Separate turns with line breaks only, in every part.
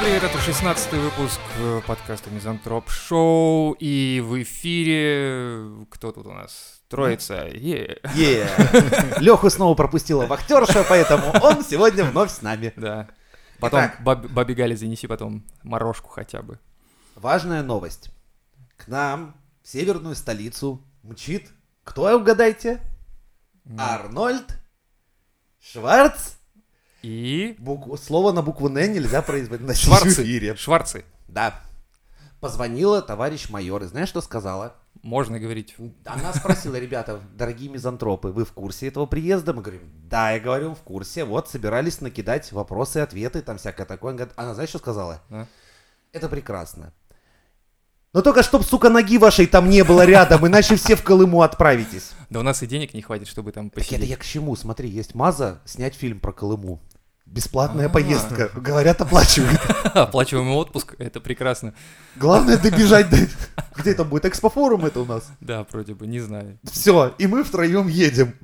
Привет, это 16 выпуск э, подкаста Мизантроп Шоу, и в эфире... э, Кто тут у нас? Троица. Е.
Леху снова пропустила вахтерша, поэтому он сегодня вновь с нами.
Да. Потом
Итак.
баб- Баби Гали занеси потом морожку хотя бы.
Важная новость. К нам, в северную столицу, мчит, кто угадайте? Арнольд Шварц.
И...
Букву- слово на букву «Н» нельзя произносить в
Шварцы.
эфире.
Шварцы.
Да. Позвонила товарищ майор, и знаешь, что сказала?
Можно говорить.
Она спросила, ребята, дорогие мизантропы, вы в курсе этого приезда? Мы говорим, да, я говорю, в курсе. Вот, собирались накидать вопросы, ответы, там всякое такое. Она говорит, Она, знаешь, что сказала?
Да.
Это прекрасно. Но только чтоб, сука, ноги вашей там не было рядом, иначе все в Колыму отправитесь.
Да у нас и денег не хватит, чтобы там
Так это
посидеть.
я к чему? Смотри, есть маза снять фильм про Колыму. Бесплатная
А.
поездка. Говорят, оплачивают.
Оплачиваемый отпуск, это прекрасно.
Главное добежать до... Где там будет? Экспофорум это у нас.
Да, вроде бы, не знаю.
Все, и мы втроем едем.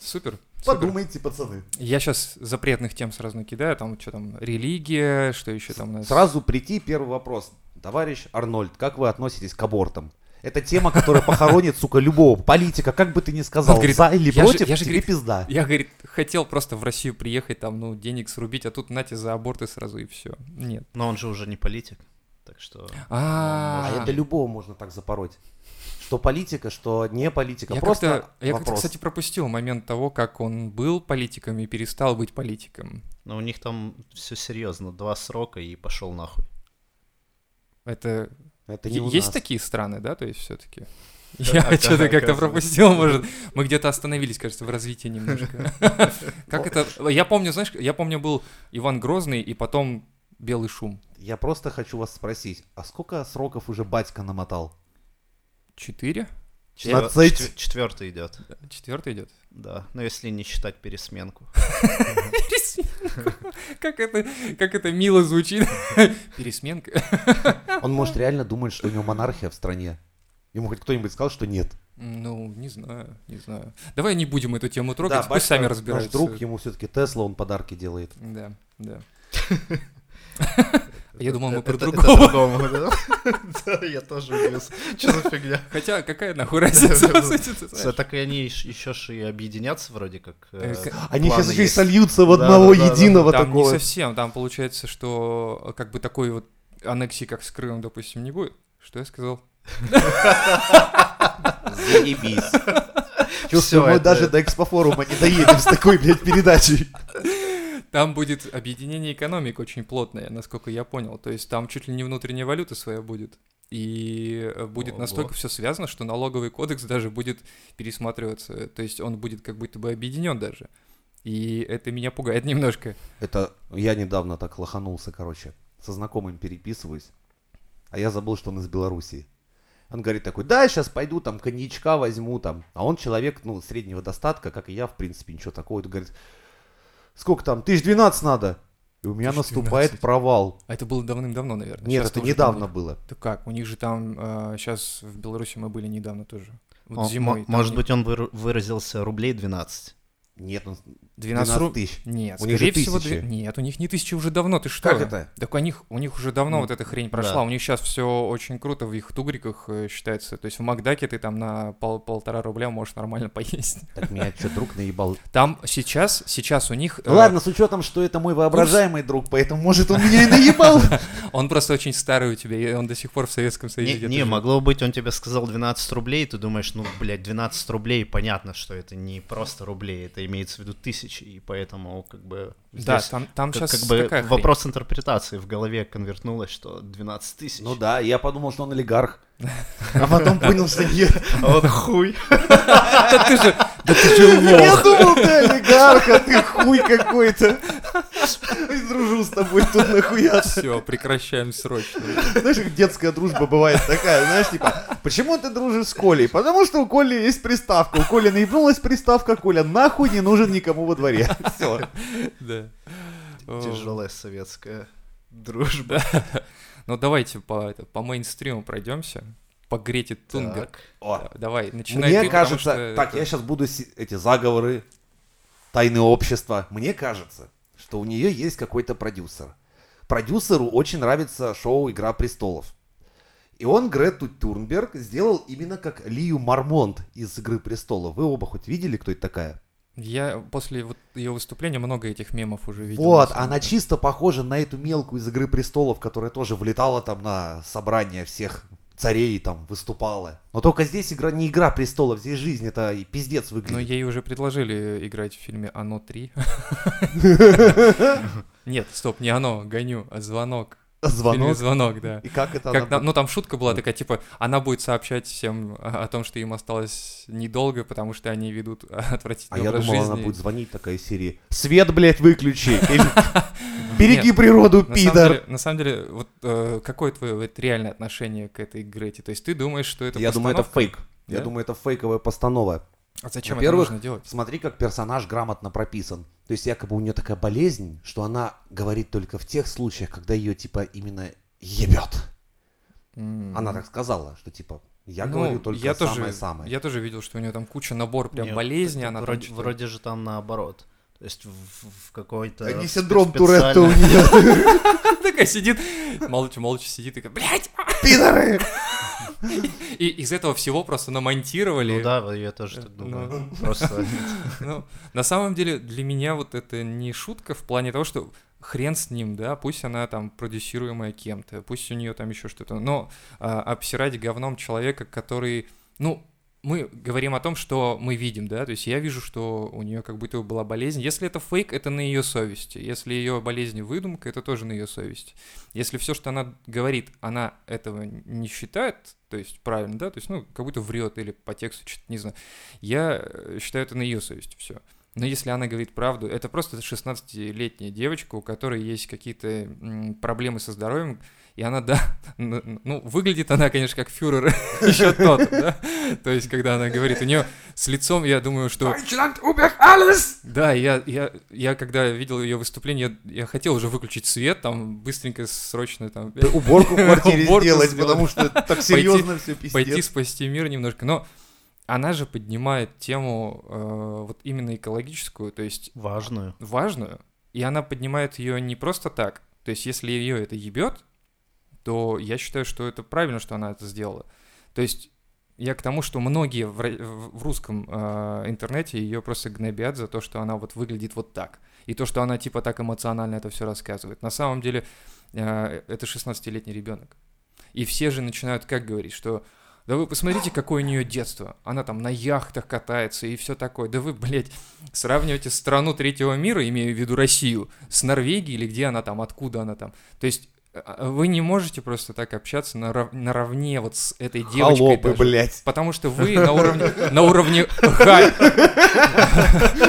Супер. супер.
Подумайте, пацаны.
Я сейчас запретных тем сразу накидаю, там что там, религия, что еще там у нас.
Сразу прийти, первый вопрос. Товарищ Арнольд, как вы относитесь к абортам? Это тема, которая похоронит, сука, любого политика, как бы ты ни сказал,
Он говорит,
за или
«Я же-
против,
я же,
тебе
говорит,
пизда.
Я, говорит, хотел просто в Россию приехать, там, ну, денег срубить, а тут нате за аборты сразу и все. Нет.
Но он же уже не политик, так что... ну,
А,
А это любого можно так запороть. Что политика, что не политика,
я
просто
как-то, я как-то,
вопрос.
кстати, пропустил момент того, как он был политиком и перестал быть политиком.
Но у них там все серьезно, два срока и пошел нахуй.
Это
Это
е-
не у
есть
нас.
такие страны, да, то есть все-таки.
Да,
Я
да,
что-то как-то
оказывается.
пропустил, может. Мы где-то остановились, кажется, в развитии немножко. Как это? Я помню, знаешь, я помню был Иван Грозный и потом Белый шум.
Я просто хочу вас спросить, а сколько сроков уже батька намотал?
Четыре?
Четырнадцать.
Четвертый идет.
Четвертый идет?
Да. Ну если не считать пересменку.
Пересменка. Как это, как это мило звучит. Пересменка.
Он, может, реально думает, что у него монархия в стране. Ему хоть кто-нибудь сказал, что нет.
Ну, не знаю, не знаю. Давай не будем эту тему трогать, пусть сами
Наш
разбираются.
друг, ему все-таки Тесла, он подарки делает.
Да, да. Я думал, мы
Это-
про
это
другого.
другому, да? Да, я тоже удивился. Что за фигня?
Хотя, какая нахуй разница, по сути, ты знаешь.
Да, Так и они еще ж и объединятся вроде как. э,
Э, к-
Они
планы
сейчас еще и
есть.
сольются в
Да,
одного
да, да, да.
единого
Там не
такого.
совсем, там получается, что э, как бы такой вот аннексии, как с Крымом, допустим, не будет. Что я сказал?
Заебись.
Всё,
Чувствую, мы
это-
даже до экспофорума не доедем с такой, блядь, передачей.
Там будет объединение экономик очень плотное, насколько я понял. То есть там чуть ли не внутренняя валюта своя будет. И э, будет
Ого.
настолько все связано, что налоговый кодекс даже будет пересматриваться. То есть он будет как будто бы объединен даже. И это меня пугает немножко.
Это я недавно так лоханулся, короче. Со знакомым переписываюсь. А я забыл, что он из Белоруссии. Он говорит такой, да, сейчас пойду там коньячка возьму там. А он человек, ну, среднего достатка, как и я, в принципе, ничего такого. Он говорит, сколько там, тысяч двенадцать надо. И у меня
1012.
наступает провал.
А это было давным-давно, наверное.
Нет,
Сейчас
это
уже
недавно
там-
было.
Да как? У них же там сейчас в Беларуси мы были недавно тоже. Вот
о,
зимой.
мо-
там
Может
не-
быть, он выру- выразился рублей 12.
Нет, он
12
12
ру-
тысяч.
Нет,
У них
скорее
же
всего,
тысячи.
две- нет, у них не тысячи уже давно, ты что?
Как это?
Так у них, у них уже давно
Ну,
вот эта хрень прошла,
да.
у них сейчас все очень круто в их тугриках э, считается, то есть в Макдаке ты там на пол- полтора рубля можешь нормально поесть.
Так меня что, друг наебал.
Там сейчас, сейчас у них... э,
Ладно, с учетом, что это мой воображаемый друг, поэтому, может, он меня и наебал.
Он просто очень старый у тебя, и он до сих пор в Советском Союзе.
Не,
где-то
не,
живет.
могло быть, он тебе сказал 12 рублей, ты думаешь, ну, блядь, 12 рублей, понятно, что это не просто рублей, это имеется в виду тысячи, и поэтому, как бы,
Да,
здесь
там, там
как,
сейчас
как бы
Ну, такая хрень.
вопрос интерпретации в голове конвертнулось, что 12 тысяч.
Ну да, я подумал, что он олигарх. А потом понял, что нет.
А вот хуй.
Да ты же, да ты же
Я
лох.
думал, ты олигарх, а ты хуй какой-то. И дружу с тобой тут нахуя.
Все, прекращаем срочно.
Знаешь, как детская дружба бывает такая, знаешь, типа, почему ты дружишь с Колей? Потому что у Коли есть приставка. У Коли наебнулась приставка, Коля нахуй не нужен никому во дворе. Все.
Да.
Ну.
Тяжелая советская дружба.
Ну давайте по, это, по мейнстриму пройдемся. По Грете Тунберг.
Так.
Да, Э, Давай, начинай
Мне
ты, потому
кажется,
что
так,
это-
я сейчас буду си- эти заговоры, тайны общества. Мне кажется, что у нее есть какой-то продюсер. продюсеру очень нравится шоу «Игра престолов». И он Грету Тюрнберг сделал именно как Лию Мармонт из «Игры престолов». Вы оба хоть видели, кто это такая?
Я после вот ее выступления много этих мемов уже видел.
вот,
на самом
она
деле.
чисто похожа на эту мелкую из «Игры престолов», которая тоже влетала там на собрание всех царей там выступала. Но только здесь игра не «Игра престолов», здесь жизнь, это и пиздец
Но
выглядит.
ей уже предложили э, играть в фильме «Оно 3». Нет, стоп, не «Оно», «Гоню», а «Звонок». В фильме
Звонок.
«Звонок», да.
И как это
Как
она
там- ну, там шутка была такая, типа, она будет сообщать всем а, о том, что им осталось недолго, потому что они ведут
А
отвратительный
я
образ
думал, она
жизни.
будет звонить такая из серии. Свет, блядь, выключи. Или Береги природу,
На самом,
пидор.
деле, на самом деле, вот э, какое твое вот реальное отношение к этой Грете? То есть ты думаешь, что это
Я думаю, это
постановка?
фейк. Я
Да?
думаю, это фейковая постанова.
А зачем
Во-первых,
это нужно делать?
Смотри, как персонаж грамотно прописан. То есть якобы у нее такая болезнь, что она говорит только в тех случаях, когда ее типа именно ебет.
М.
Она так сказала, что типа я
Ну,
говорю только
я тоже-
самое-самое.
Я тоже видел, что у нее там куча набор прям
Нет,
болезней,
так
она там
вроде,
что-то-
вроде же там наоборот. То есть в, в какой-то...
Да не
спе- Ну
синдром
специально-
Туретта у нее,
такая сидит, молча-молча сидит, и такая, блядь!
пидоры!
И из этого всего просто намонтировали.
Ну да, я тоже так думаю. Просто...
Ну, на самом деле, для меня вот это не шутка в плане того, что хрен с ним, да, пусть она там продюсируемая кем-то, пусть у нее там еще что-то, но а, обсирать говном человека, который, ну, мы говорим о том, что мы видим, да, то есть я вижу, что у нее как будто бы была болезнь. Если это фейк, это на ее совести. Если ее болезнь выдумка, это тоже на ее совести. Если все, что она говорит, она этого не считает, то есть правильно, да, то есть, ну, как будто врет или по тексту что-то, не знаю. Я э, считаю это на ее совести все. Но если она говорит правду, это просто 16-летняя девочка, у которой есть какие-то м, проблемы со здоровьем, и она, да, н- ну, выглядит она, конечно, как фюрер еще тот, да? То есть, когда она говорит, у нее с лицом, я думаю, что... Да, я, я, я когда видел ее выступление, я, я хотел уже выключить свет, там, быстренько, срочно, там...
Уборку в квартире
Уборку
сделать,
сделать.
потому что так серьезно все
пойти
пиздец.
спасти мир немножко. Но она же поднимает тему э, вот именно экологическую, то есть
Важную.
важную, и она поднимает ее не просто так. То есть, если ее это ебет, то я считаю, что это правильно, что она это сделала. То есть, я к тому, что многие в, ро- в- в русском э, интернете ее просто гнобят за то, что она вот выглядит вот так. И то, что она типа так эмоционально это все рассказывает. На самом деле, э, это 16-летний ребенок. И все же начинают как говорить, что да вы посмотрите, какое у нее детство. Она там на яхтах катается и все такое. Да вы, блядь, сравниваете страну третьего мира, имею в виду Россию, с Норвегией или где она там, откуда она там. То есть э, вы не можете просто так общаться нарав- наравне вот с этой девочкой.
Холопы,
даже.
блядь.
Потому что вы на уровне... На уровне Галь...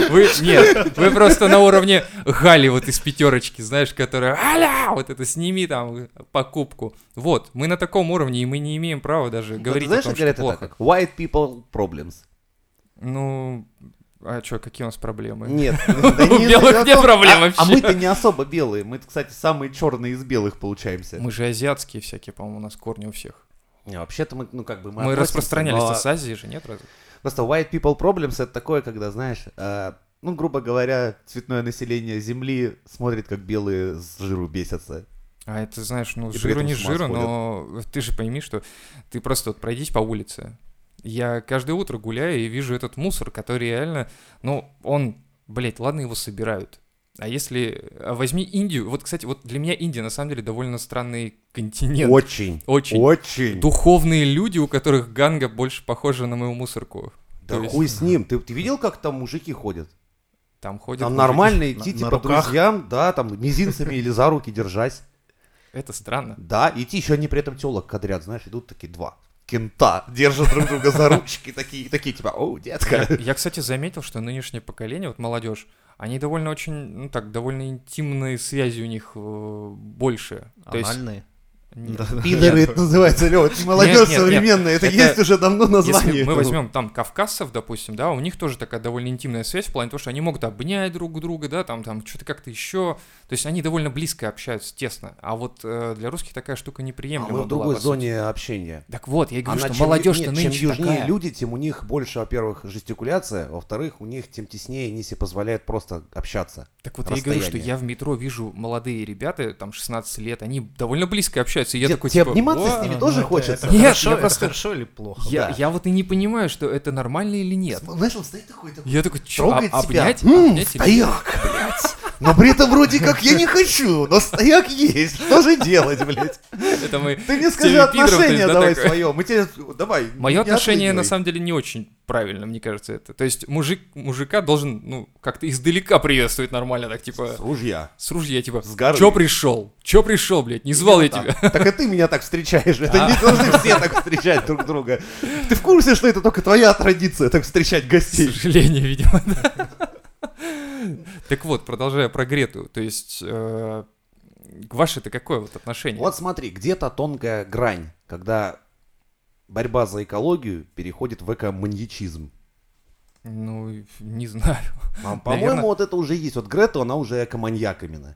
Вы... Нет, вы просто на уровне Гали вот из пятерочки, знаешь, которая... Аля! Вот это сними там покупку. Вот, мы на таком уровне, и мы не имеем права даже говорить
Знаешь,
о том,
как
что
говорят это
плохо.
как? White people problems.
Ну, а что, какие у нас проблемы?
Нет, ну, да
У белых
не- дело в
нет
том-
проблем
а-
вообще.
А мы-то не особо белые. Мы, кстати, самые черные из белых получаемся.
Мы же азиатские всякие, по-моему, у нас корни у всех.
Не, Вообще-то мы, ну как бы мы
Мы
относимся, но
распространялись с Азии же, нет разве?
Просто white people problems это такое, когда, знаешь, э, ну, грубо говоря, цветное население Земли смотрит, как белые с жиру бесятся.
А это, знаешь, ну,
И при
жиру
этом
не
с ума
жиру, но ты же пойми, что ты просто вот пройдись по улице. Я каждое утро гуляю и вижу этот мусор, который реально, ну, он, блядь, ладно, его собирают. А если... а возьми Индию. Вот, кстати, вот для меня Индия, на самом деле, довольно странный континент.
Очень.
Очень.
Очень.
Духовные люди, у которых ганга больше похожа на мою мусорку.
Да
то есть-
хуй с ним. Ты, ты видел, как там мужики ходят?
Там ходят...
Там
мужики.
нормально
На-
идти,
на
типа,
руках.
друзьям, да, там, мизинцами или за руки держась.
Это странно.
Да, идти еще они при этом телок кадрят, знаешь, идут такие два кента, держат друг друга за ручки, такие, такие типа, о, детка.
Я, кстати, заметил, что нынешнее поколение, вот молодежь, они довольно очень, ну так, довольно интимные связи у них э, больше. То есть
Анальные.
Нет.
Да-да.
Пидоры это называется, Лёва, это не
Нет,
молодежь
нет, нет.
современная, это
Это-
есть уже давно
Если
название.
мы возьмем там кавказцев, допустим, да, у них тоже такая довольно интимная связь в плане того, что они могут обнять друг друга, да, там, там что-то как-то еще. То есть они довольно близко общаются, тесно. А вот э, для русских такая штука
А
неприемлема.
мы в
была,
другой
по сути.
зоне общения.
Так вот, я и говорю,
Она
что
чем-
молодежь-то
нет,
нынче
Чем южнее
такая.
люди, тем у них больше, во-первых, жестикуляция, во-вторых, у них тем теснее они себе позволяют просто общаться.
Так вот, я и говорю, что
расстояние.
я в метро вижу молодые ребята, там 16 лет, они довольно близко общаются. И я
Те-
такой,
тебе
типа,
обниматься
«Ва».
с ними
Ну,
тоже
это-
хочется.
это
Нет,
хорошо,
я
это
просто-
хорошо или плохо?
Я,
да.
я вот и не понимаю, что это нормально или нет.
Знаешь, он стоит такой, такой,
Я такой, чё,
трогает
а-
себя.
обнять?
М,
Обнять или-
стояк, блядь. Но при этом вроде как я не хочу, но стояк есть. Что же делать, блядь?
Это мы
Ты мне
с
скажи
теми пидором, то есть,
отношение
да,
давай
такое.
свое. Мы тебе, давай.
Мое
не
отношение на
отлынивай.
самом деле не очень правильно, мне кажется, это. То есть мужик мужика должен, ну, как-то издалека приветствовать нормально, так типа.
С ружья.
С ружья, типа,
С горы.
чё пришел? Чё пришел, блядь? Не звал я
Так,
тебя.
Так и ты меня так встречаешь. Это
А.
не должны все так встречать друг друга. Ты в курсе, что это только твоя традиция так встречать
К
гостей?
сожалению, видимо, да. Так вот, продолжая про Грету, то есть э, к ваше-то какое вот отношение?
Вот смотри, где-то тонкая грань, когда борьба за экологию переходит в эко-маньячизм.
Ну, и не знаю.
А,
Наверно.
По-моему, вот это уже есть. Вот Грету, она уже эко-маньяк именно.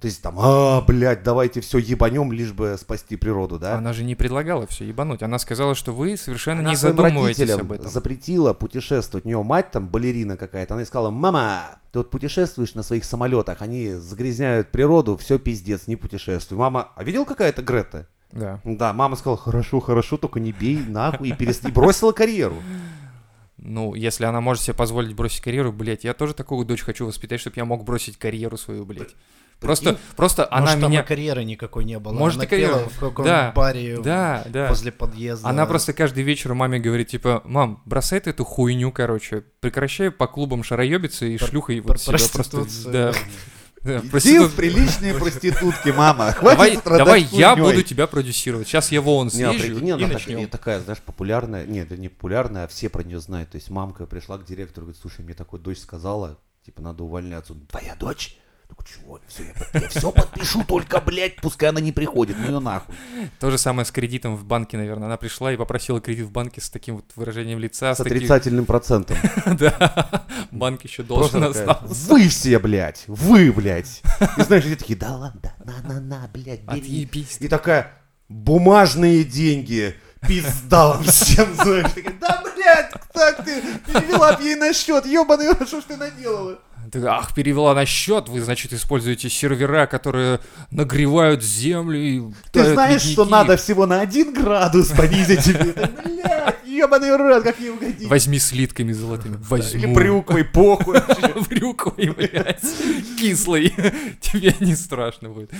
То есть там, а, блядь, давайте все ебанем, лишь бы спасти природу, да?
Она же не предлагала все ебануть. Она сказала, что вы совершенно
Она
не
своим
задумываетесь
родителям
об этом.
запретила путешествовать. У нее мать там балерина какая-то. Она ей сказала, мама, ты вот путешествуешь на своих самолетах, они загрязняют природу, все пиздец, не путешествуй. Мама, а видел какая-то Грета?
Да.
Да, мама сказала, хорошо, хорошо, только не бей, нахуй, и, перес- и бросила карьеру.
Ну, если она может себе позволить бросить карьеру, блядь, я тоже такую дочь хочу воспитать, чтобы я мог бросить карьеру свою, блядь. Просто, просто она
Может, там и
меня...
карьеры никакой не было.
Может,
она
и карьеры.
пела в каком
Да,
баре
Да, да.
возле подъезда.
Она просто каждый вечер маме говорит, типа, мам, бросай ты эту хуйню, короче, прекращай по клубам шароебиться и
Пр-
шлюхой
пр-
вот себя просто...
проституцию.
Да, да,
Иди
проститут-
в приличные проститутки, мама,
Давай,
хватит страдать
давай я
хуйнёй.
буду тебя продюсировать. Сейчас я вон
Не, а
съезжу
прикинь,
и
она так-
начнем.
не такая, знаешь, популярная. Нет, это не популярная, а все про нее знают. То есть мамка пришла к директору, говорит, слушай, мне такой дочь сказала, типа, надо увольняться. Он, Твоя дочь? Такой, чего? Все, я, под- я все подпишу, только, блядь, пускай она не приходит, ну ее нахуй.
То же самое с кредитом в банке, наверное. Она пришла и попросила кредит в банке с таким вот выражением лица.
С
таким-
отрицательным процентом.
Да, банк еще
Просто
должен
такая,
остаться.
Вы все, блядь, вы, блядь. И знаешь, все такие, да ладно, на-на-на, блядь, бери.
Отъебись.
И такая, бумажные деньги, пизда вам всем, знаешь. Такая, да, блядь, так ты перевела б ей на счет, ебаный, рот, что ж ты наделала?
Ты, ах, перевела на счет, вы, значит, используете сервера, которые нагревают землю и
Ты
тают
знаешь, что
ледники.
надо всего на один градус понизить тебе. Блядь, ебаный рот, как ей угодить.
Возьми слитками золотыми,
Или
возьму.
брюквой, похуй.
Брюквой, блядь, кислый. Тебе не страшно будет.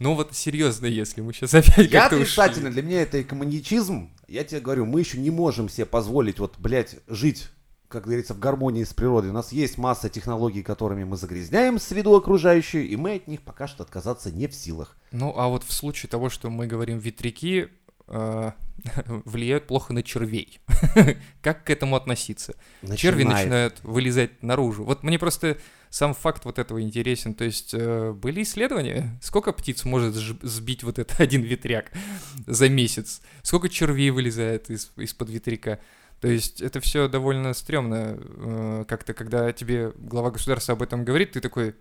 Ну вот серьезно, если мы сейчас опять
Я
как-то ушли.
отрицательно, для меня это экоманьячизм. Я тебе говорю, мы еще не можем себе позволить, вот, блядь, жить как говорится, в гармонии с природой. У нас есть масса технологий, которыми мы загрязняем среду окружающую, и мы от них пока что отказаться не в силах.
Ну а вот в случае того, что мы говорим ветряки, э, влияют плохо на червей. Как к этому относиться? Черви
Начинает.
начинают вылезать наружу. Вот мне просто сам факт вот этого интересен. То есть э, были исследования, сколько птиц может сж- сбить вот этот один ветряк за месяц, сколько червей вылезает из- из-под ветряка. То есть это все довольно стрёмно. э, как-то, когда тебе глава государства об этом говорит, ты такой...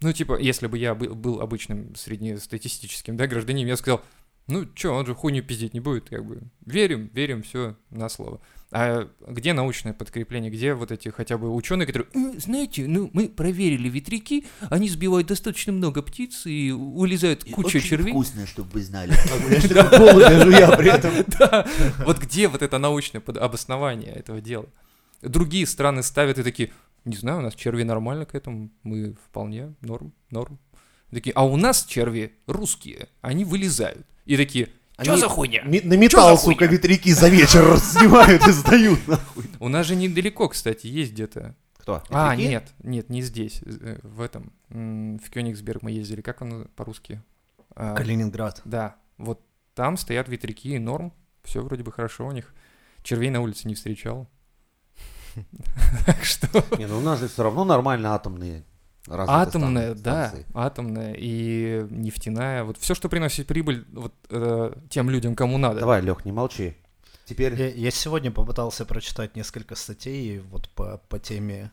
Ну, типа, если бы я бы- был обычным среднестатистическим, да, гражданином, я сказал, ну, чё, он же хуйню пиздить не будет, как бы. Верим, верим, все на слово. А где научное подкрепление, где вот эти хотя бы ученые, которые, «Э, знаете, ну мы проверили ветряки, они сбивают достаточно много птиц и улезают куча червей.
вкусно, чтобы вы знали. Голубя жуя при этом.
Да, вот где вот это научное под- обоснование этого дела? Другие страны ставят и такие, не знаю, у нас черви нормально к этому, мы вполне норм, норм. Такие, а у нас черви русские, они вылезают. И такие, что
Они
за хуйня?
ми- На металл,
за хуйня?
сука, ветряки за вечер снимают и сдают. нахуй.
У нас же недалеко, кстати, есть где-то.
Кто?
А,
Ветряки?
нет, нет, не здесь, э, в этом, м, в Кёнигсберг мы ездили, как он по-русски? А,
Калининград.
Да, вот там стоят ветряки и норм, все вроде бы хорошо у них. Червей на улице не встречал. Так что...
Не, ну у нас же все равно нормально атомные развитой
Атомная,
стан-
да,
станции.
атомная и нефтяная. Вот все, что приносит прибыль вот, э, тем людям, кому надо.
Давай, Лех, не молчи. Теперь
Я, я сегодня попытался прочитать несколько статей вот по, по теме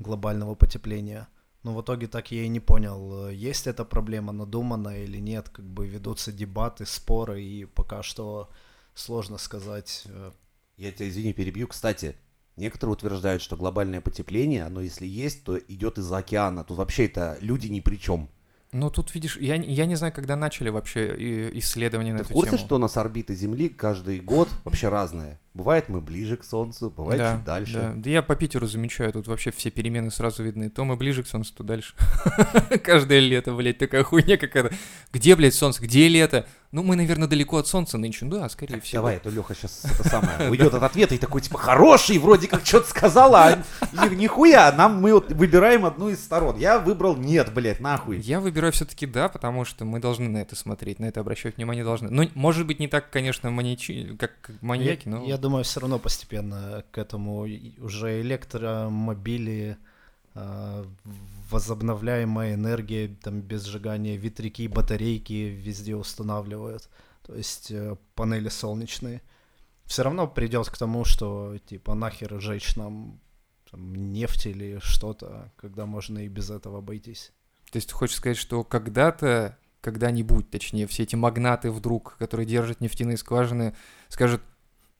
глобального потепления. Но в итоге так я и не понял, э, есть эта проблема надуманная или нет. Как бы ведутся дебаты, споры, и пока что сложно сказать. э,
Я тебя, извини, перебью. Кстати, некоторые утверждают, что глобальное потепление, оно если есть, то идет из-за океана. Тут вообще это люди ни при чем.
Но тут, видишь, я, не- я не знаю, когда начали вообще и- исследования на
Ты в
эту
курсе,
тему.
что у нас орбиты Земли каждый год вообще разные? Бывает мы ближе к Солнцу, бывает
да,
чуть дальше.
Да. Да я по Питеру замечаю, тут вообще все перемены сразу видны. То мы ближе к солнцу, то дальше. Каждое лето, блядь, такая хуйня какая-то. Где, блядь, солнце, где лето? Ну, мы, наверное, далеко от солнца нынче. Ну Да, скорее всего.
Давай, а то Леха сейчас это самое уйдет от ответа и такой, типа, хороший, вроде как что-то сказала, а ни- нихуя, нам мы вот выбираем одну из сторон. Я выбрал нет, блядь, нахуй.
Я выбираю все-таки да, потому что мы должны на это смотреть, на это обращать внимание должны. Ну, может быть, не так, конечно, маньячи, как как маньяки,
я,
но...
я думаю, все равно постепенно к этому и- уже электромобили, э, возобновляемая энергия, там без сжигания ветряки, батарейки везде устанавливают, то есть э, панели солнечные. Все равно придет к тому, что типа нахер жечь нам там, нефть или что-то, когда можно и без этого обойтись.
То есть ты хочешь сказать, что когда-то, когда-нибудь, точнее, все эти магнаты вдруг, которые держат нефтяные скважины, скажут,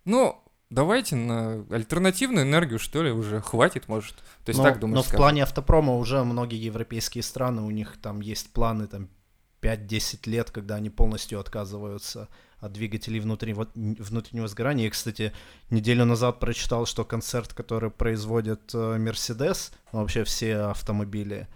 ну, давайте на альтернативную энергию, что ли, уже хватит, может. То есть
но,
так думаешь?
но в
скажут?
плане автопрома уже многие европейские страны, у них там есть планы там 5-10 лет, когда они полностью отказываются от двигателей внутри, вот, н- внутреннего сгорания. Я, кстати, неделю назад прочитал, что концерт, который производит э, Mercedes, ну, вообще все автомобили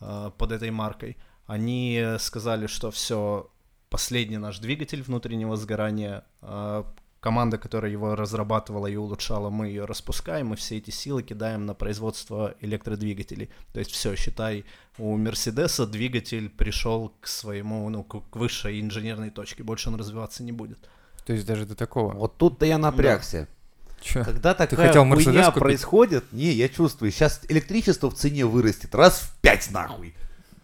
э, под этой маркой, они э, сказали, что все, последний наш двигатель внутреннего сгорания, э, команда, которая его разрабатывала и улучшала, мы ее распускаем, и все эти силы кидаем на производство электродвигателей. То есть все, считай, у Мерседеса двигатель пришел к своему, ну, к к высшей инженерной точке, больше он развиваться не будет.
То есть даже до такого.
Вот тут-то я напрягся.
Чё?
Когда такая
хотел
хуйня
Мерседес купить?
происходит, не, я чувствую, сейчас электричество в цене вырастет раз в пять нахуй.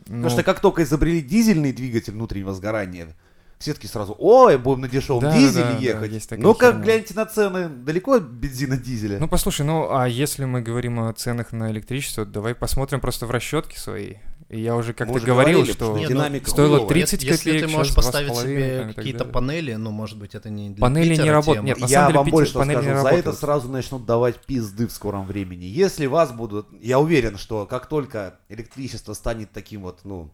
Ну,
Потому что как только изобрели дизельный двигатель внутреннего сгорания, все таки сразу, ой, будем на дешевом
Да, да,
дизеле
да, да,
ехать.
есть такая
ну как
херня.
гляньте на цены, далеко от бензина дизеля.
ну, послушай, ну, а если мы говорим о ценах на электричество, давай посмотрим просто в расчетки свои. И я уже
Мы
как-то
уже
говорил,
говорили,
что...
что
Не, ну,
динамика
стоило
хуёвая.
30
Если- если
копеек,
ты можешь
сейчас
поставить
2,5 там
себе
и так
какие-то
далее.
панели, ну, может быть, это не для
Панели не
Питера
работают,
тема.
нет, на
я
самом деле
вам
Питер
больше
панели не
скажу, за это
работает.
сразу начнут давать пизды в скором времени. Если вас будут, я уверен, что как только электричество станет таким вот, ну,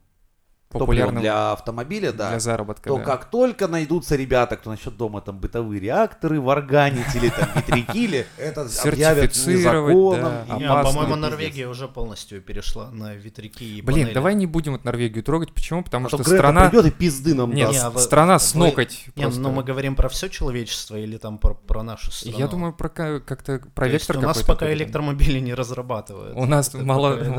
топливом
Популярным
для автомобиля, да,
для заработка,
то
да.
как только найдутся ребята, кто насчет дома там бытовые реакторы варганить или там ветрякили, это объявят
Сертифицировать,
незаконным.
да.
и
Не,
Не,
опасно,
А, по-моему,
пиздец.
Норвегия уже полностью перешла на ветряки и
Блин,
панели.
давай не будем вот Норвегию трогать. Почему? Потому
А то
что
Грета
страна...
придет и пизды нам
Нет,
даст.
Не, а вы-
страна с
вы-
ноготь
Не,
просто.
ну мы говорим про все человечество или там про, про нашу страну?
Я думаю, про ка- как-то
То
про
есть
вектор
у нас
какой-то
пока
будет.
электромобили не разрабатывают.
У нас
Это
мало-
пока,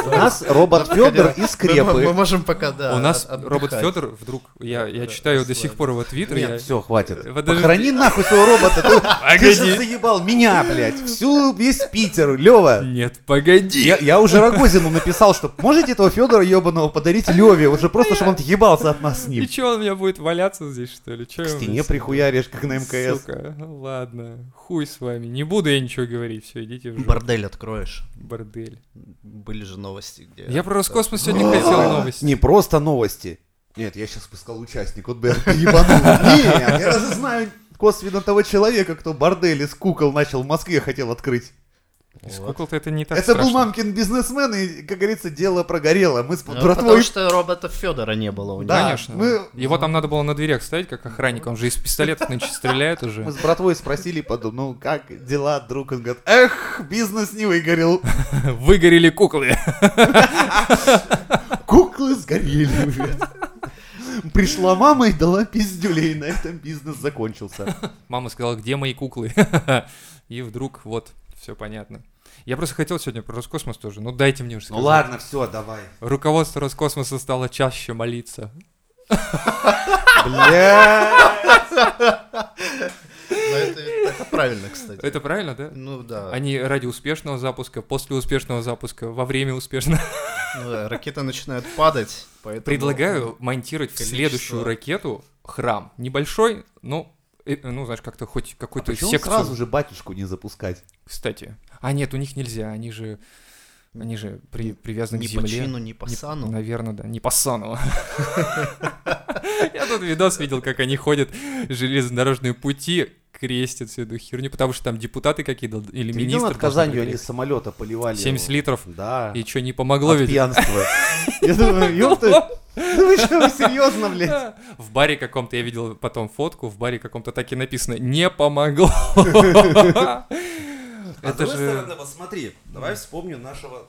У
да.
нас робот Федор и
Мы- Мы
скрепы.
можем пока, да,
У нас
от-
робот
а, отдыхать. Э,
Федор вдруг, я, я
Да,
читаю до
расслабься.
сих пор его твиттер, я...
Нет, все, хватит.
Подожди.
Похорони нахуй своего робота. ты- Ты же
Погоди.
заебал меня, блядь. Всю, весь Питер, Лева.
Нет, погоди.
Я, я уже Рогозину написал, что можете этого Федора ебаного подарить Леве, уже просто, чтобы он ебался от нас с
И
ним.
чё, он у меня будет валяться здесь, что ли? Чё
К
я вам
стене
здесь-
прихуяришь, как на МКС.
Сука, ну ладно, хуй с вами. Не буду я ничего говорить, все, идите в жопу,
Бордель откроешь.
бордель.
Были же новости, где...
Я про Роскосмос сегодня хотел новости.
Не просто новости. Нет, я сейчас бы сказал участник, вот бы я ебанул. Нет, я даже знаю косвенно того человека, кто бордель из кукол начал в Москве хотел открыть.
Из
Вот.
кукол-то это не так
Это был
страшно.
мамкин бизнесмен, и, как говорится, дело прогорело. Мы с
Ну, Потому
братвой...
что робота Федора не было у него.
Да,
Конечно.
мы-
Его там надо было на дверях ставить, как охранник. Он же из пистолетов нынче стреляет уже.
Мы с братвой спросили, потом, ну как дела, друг? Он говорит, эх, бизнес не выгорел.
Выгорели куклы.
Куклы сгорели, блядь. Пришла мама и дала пиздюлей, на этом бизнес закончился.
Мама сказала, где мои куклы? И вдруг вот, все понятно. Я просто хотел сегодня про Роскосмос тоже. Ну дайте мне уже сказать.
все, давай.
Руководство Роскосмоса стало чаще молиться.
Бля.
Ну, это- это правильно, кстати.
Это правильно, да?
Ну да.
Они ради успешного запуска, после успешного запуска, во время успешного.
Ну да, ракеты начинают падать, поэтому...
ну,
Предлагаю монтировать в
количество-
следующую ракету храм. Небольшой, но, э, ну, знаешь, как-то хоть
А
какой-то
почему
секцию.
сразу же батюшку не запускать?
Кстати. А нет, у них нельзя, они же... Они же при- привязаны
Ни
к
по
земле.
чину, ни по а сану.
Наверное, да. Не по сану. Я тут видос видел, как они ходят железнодорожные пути, крестят всю эту херню, потому что там депутаты какие-то или
Ты видел,
министры.
над Казанью они с самолета поливали?
70 литров.
Да.
И что, не
от
помогло ведь?
пьянства. Я думаю, ёпта, ну вы что, вы серьезно, блядь?
Да. В баре каком-то, я видел потом фотку, в баре каком-то так и написано «Не помогло».
А с
Это
другой
же
стороны, вот смотри, давай вспомню нашего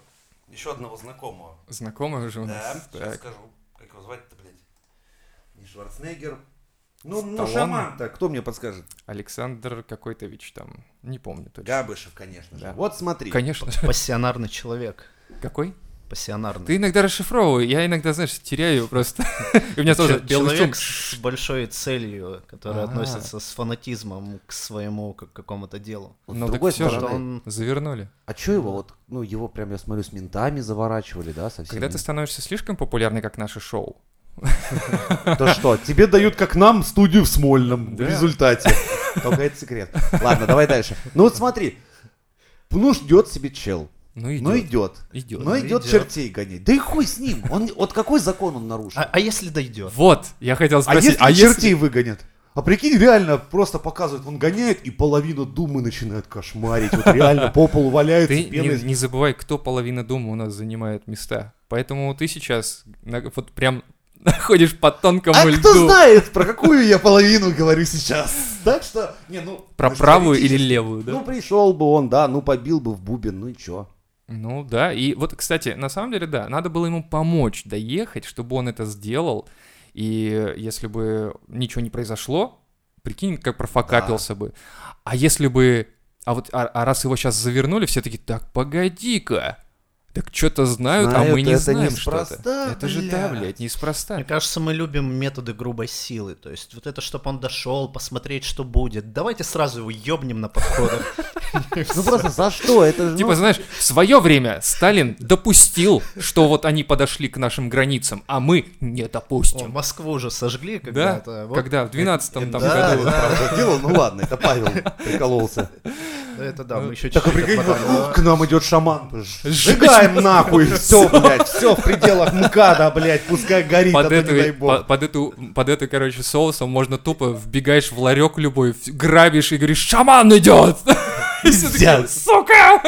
еще одного знакомого.
знакомый уже у
Да,
нас.
сейчас
Ну, Так.
скажу. Как его звать-то, блядь? Не Шварценеггер. Ну, ну,
Сталлоне.
шаман. Так, кто мне подскажет?
Александр какой-то-вич там, не помню точно.
Габышев, конечно же.
Да.
Вот смотри.
Конечно же.
Пассионарный человек.
Какой?
Пассионарный.
Ты иногда расшифровывай, я иногда, знаешь, теряю просто. И у меня тоже
Чел-
белый
человек
шум.
с большой целью, который
А.
относится с фанатизмом к своему как, какому-то делу.
Вот
Ну,
с
так
другой
всё же.
стороны,
Он-
Завернули.
а чё его вот, ну его прям, я смотрю, с ментами заворачивали, да, совсем?
Когда ты становишься слишком популярный, как наше шоу,
Да что, тебе дают, как нам, студию в Смольном в
Да.
результате. Только это секрет. Ладно, давай дальше. Ну вот смотри, ну ждет себе чел,
ну идет.
ну идет,
Идет.
ну идет
Идёт.
чертей гонять. Да и хуй с ним, он, вот какой закон он нарушил?
А, а если дойдет?
Вот, я хотел
А
спросить,
если чертей выгонят? А прикинь, реально просто показывают, он гоняет, и половина думы начинает кошмарить. Вот реально по полу валяется
Ты
пеной.
не, не забывай, кто половина дома у нас занимает места. Поэтому ты сейчас на- вот прям находишь по тонкому
А
льду.
кто знает, про какую я половину говорю сейчас? Так что, не, ну...
Про
ну,
правую или
теоретически,
левую, да?
Ну, пришел бы он, да, ну, побил бы в бубен, ну и чё?
Ну да, и вот, кстати, на самом деле, да, надо было ему помочь доехать, чтобы он это сделал, и если бы ничего не произошло, прикинь, как профокапился бы. А если бы... А вот, а, а раз его сейчас завернули, все такие, так, погоди-ка, так что-то знают, а мы
Знают,
не
это
знаем
неспроста,
что-то. Это же, да,
блядь.
блядь,
Мне
неспроста.
кажется, мы любим методы грубой силы. То есть вот это, чтобы он дошел, посмотреть, что будет. Давайте сразу его ёбнем на подходах.
Ну, просто за что? Это же,
Типа,
ну,
знаешь, в свое время Сталин допустил, что вот они подошли к нашим границам, а мы не
О,
допустим.
Москву уже сожгли
Да,
когда-то. Вот
когда в 12-м там
Да,
году.
это ну, правда дело, ну ладно, это Павел прикололся.
Это
ну,
да, мы еще
Так, а прикинь,
чуть-чуть
вот,
отмотали.
«Ух, к нам идет шаман. Сжигаем нахуй, все, блядь, все в пределах МКАДа, блядь, пускай горит, а
под
то не дай
эту,
бог.
по- под эту, под эту, короче, соусом можно тупо вбегаешь в ларек любой, в- грабишь и говоришь, шаман идет! И все такие,
Пиздец.
Сука!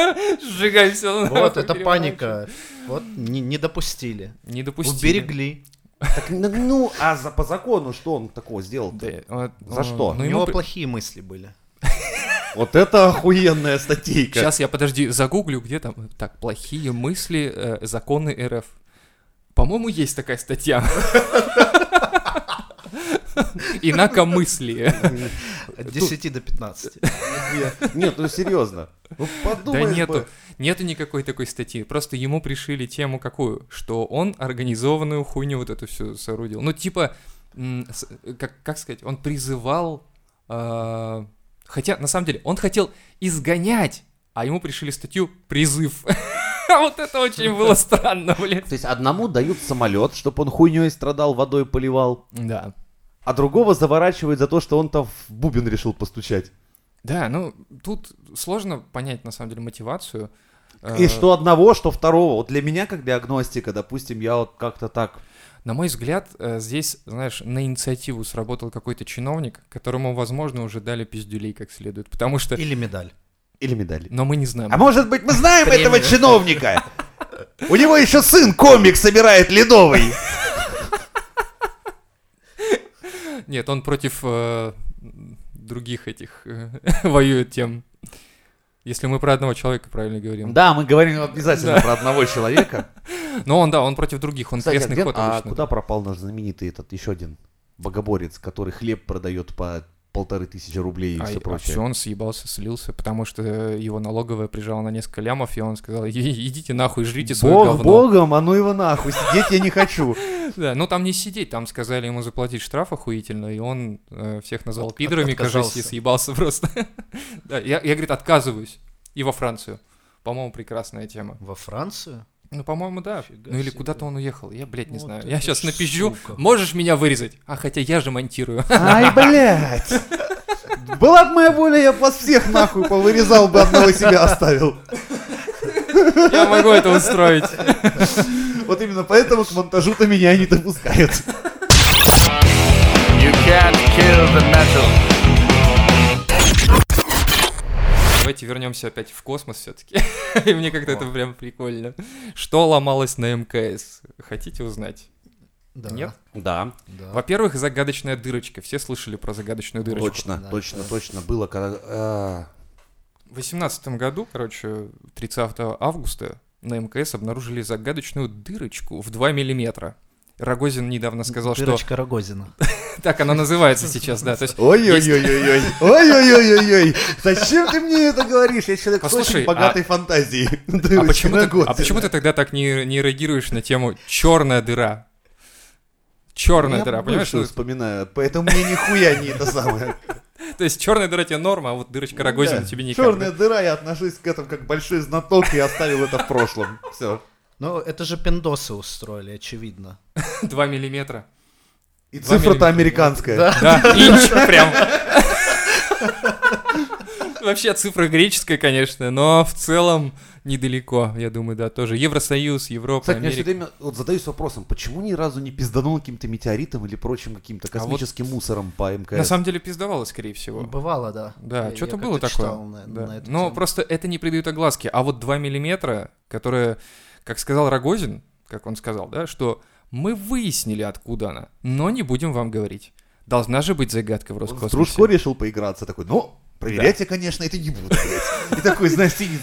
Сжигай все.
Вот, это паника. Вот, не, не допустили.
Не допустили.
Уберегли.
Так, ну, ну, а за, по закону что он такого сделал?
Да, вот,
За
э,
что?
ну,
У
ему
него
при-
плохие мысли были.
Вот это охуенная статейка.
Сейчас я, подожди, загуглю, где там. Так, плохие мысли, э, законы РФ. По-моему, есть такая статья. Инакомыслие.
От 10 до 15.
Нет, ну серьезно. Ну
Да
подумаешь
нету,
бы.
нету никакой такой статьи. Просто ему пришили тему какую? Что он организованную хуйню вот эту всю соорудил. Ну, типа, м, с- как, как сказать, он призывал... э, хотя, на самом деле, он хотел изгонять, а ему пришили статью «Призыв». А Вот это очень было странно, блин.
То есть одному дают самолет, чтобы он хуйней страдал, водой поливал,
Да.
а другого заворачивают за то, что он там в бубен решил постучать.
Да, ну, тут сложно понять, на самом деле, мотивацию.
И
Э,
что одного, что второго. Вот для меня, как для агностика, допустим, я вот как-то так.
На мой взгляд, э, здесь, знаешь, на инициативу сработал какой-то чиновник, которому, возможно, уже дали пиздюлей как следует, потому что...
Или медаль.
Или медали.
Но мы не знаем.
А может быть, мы знаем
Премию.
этого чиновника? У него еще сын комик собирает ледовый.
Нет, он против э, других этих э, воюет тем. Если мы про одного человека правильно говорим.
Да, мы
Ну,
говорим обязательно про одного человека.
Но он, да, он против других, он
Кстати, а
крестный
где-
ход
а
обычно.
куда пропал наш знаменитый этот еще один богоборец, который хлеб продает по полторы тысячи рублей и
А,
все прочее?
все, он съебался, слился, потому что э, его налоговая прижала на несколько лямов, и он сказал, «И- идите нахуй, жрите свое
Бог
говно.
богом, а ну его нахуй, сидеть я не хочу.
Да, но там не сидеть, там сказали ему заплатить штраф охуительно, и он э, всех назвал
От-
пидорами, кажется,
отказался.
и съебался просто. Да, я, я, говорит, отказываюсь. И во Францию. По-моему, прекрасная тема.
Во Францию?
Ну, по-моему, да.
Фига
Ну или
себе.
куда-то он уехал, я, блядь, не
Вот
знаю.
это
Я сейчас
ж
напизжу.
сука.
Можешь меня вырезать? А хотя я же монтирую.
Ай, блядь! Была бы моя воля, я бы вас всех нахуй повырезал бы, одного себя оставил.
Я могу это устроить.
Вот именно поэтому к монтажу-то меня не допускают.
You can't kill the metal.
Давайте вернемся опять в космос все-таки. И мне как-то это прям прикольно. Что ломалось на МКС? Хотите узнать?
Да.
Нет?
Да,
Да.
Во-первых, загадочная дырочка. Все слышали про загадочную дырочку.
точно,
да.
точно, точно было, когда... а.
В 2018 году, короче, 30 августа на МКС обнаружили загадочную дырочку в 2 миллиметра. Рогозин недавно сказал,
Дырочка Рогозина.
что так она называется сейчас, да. То есть, а
Ой-ой-ой-ой-ой, ой-ой-ой-ой-ой, зачем ты мне это говоришь? Я человек с
Послушай,
очень богатой фантазией.
а, почему ты, а почему ты тогда так не, не реагируешь на тему черная дыра? Черная
Я
дыра, понимаешь?
бывшую
Ну,
вспоминаю, поэтому мне нихуя не это самое.
То есть черная дыра тебе норма, а вот дырочка Рогозина тебе не
Ну, Черная дыра, я отношусь к этому как большой знаток и оставил это в прошлом. Все.
Ну, это же пиндосы устроили, очевидно.
2 миллиметра.
И
Два
цифра-то
миллиметра.
американская.
Да, инч прям. Вообще цифра греческая, конечно, но в целом недалеко, я думаю, да, тоже. Евросоюз, Европа,
Кстати, я все
Америка.
время вот задаюсь вопросом, почему ни разу не пизданул каким-то метеоритом или прочим каким-то
А вот
космическим мусором по МКС?
На самом деле пиздовало, скорее всего.
Бывало, да.
Да,
Я-
что-то
я
было
как-то
такое.
читал на-
Да.
на эту
Но
тему.
просто это не придают огласки. А вот 2 миллиметра, которые, как сказал Рогозин, как он сказал, да, что мы выяснили, откуда она, но не будем вам говорить. Должна же быть загадка в
Он с
Роскосмосе.
дружкой решил поиграться, такой, ну, проверять я, конечно, это не буду, блядь. И такой, знаешь, сидит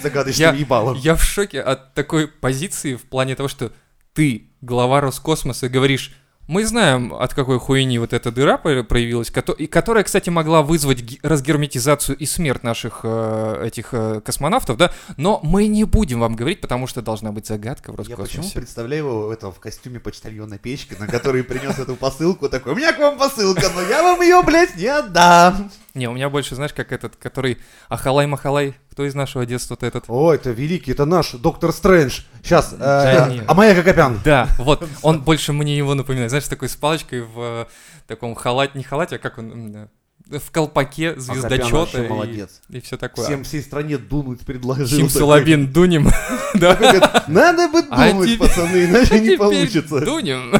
Я-
загадочным ебалом.
Я в шоке от такой позиции в плане того, что ты, глава Роскосмоса, говоришь, мы знаем, от какой хуйни вот эта дыра про- проявилась, кото- и которая, кстати, могла вызвать ги- разгерметизацию и смерть наших э, этих э, космонавтов, да, но мы не будем вам говорить, потому что должна быть загадка в
Я почему
Роскосмосе.
представляю его этого в костюме почтальона печки, на который принес эту посылку, такой, у меня к вам посылка, но я вам ее, блядь, не отдам.
Не, у меня больше, знаешь, как этот, который Ахалай-Махалай, кто из нашего детства-то этот?
О, это великий, это наш доктор Стрэндж. Сейчас,
Да нет.
а моя Кокопян.
Да, вот, он больше мне его напоминает. Знаешь, такой с палочкой в э, таком халате, не халате, а как он, м, э, в колпаке
Акопян вообще
звездочета и,
А молодец.
и все такое.
Всем всей стране дунуть предложил.
Симсалабин дунем.
Такой, говорит, Надо бы
А
думать,
теперь-
пацаны, иначе не
Теперь
получится.
Дунем.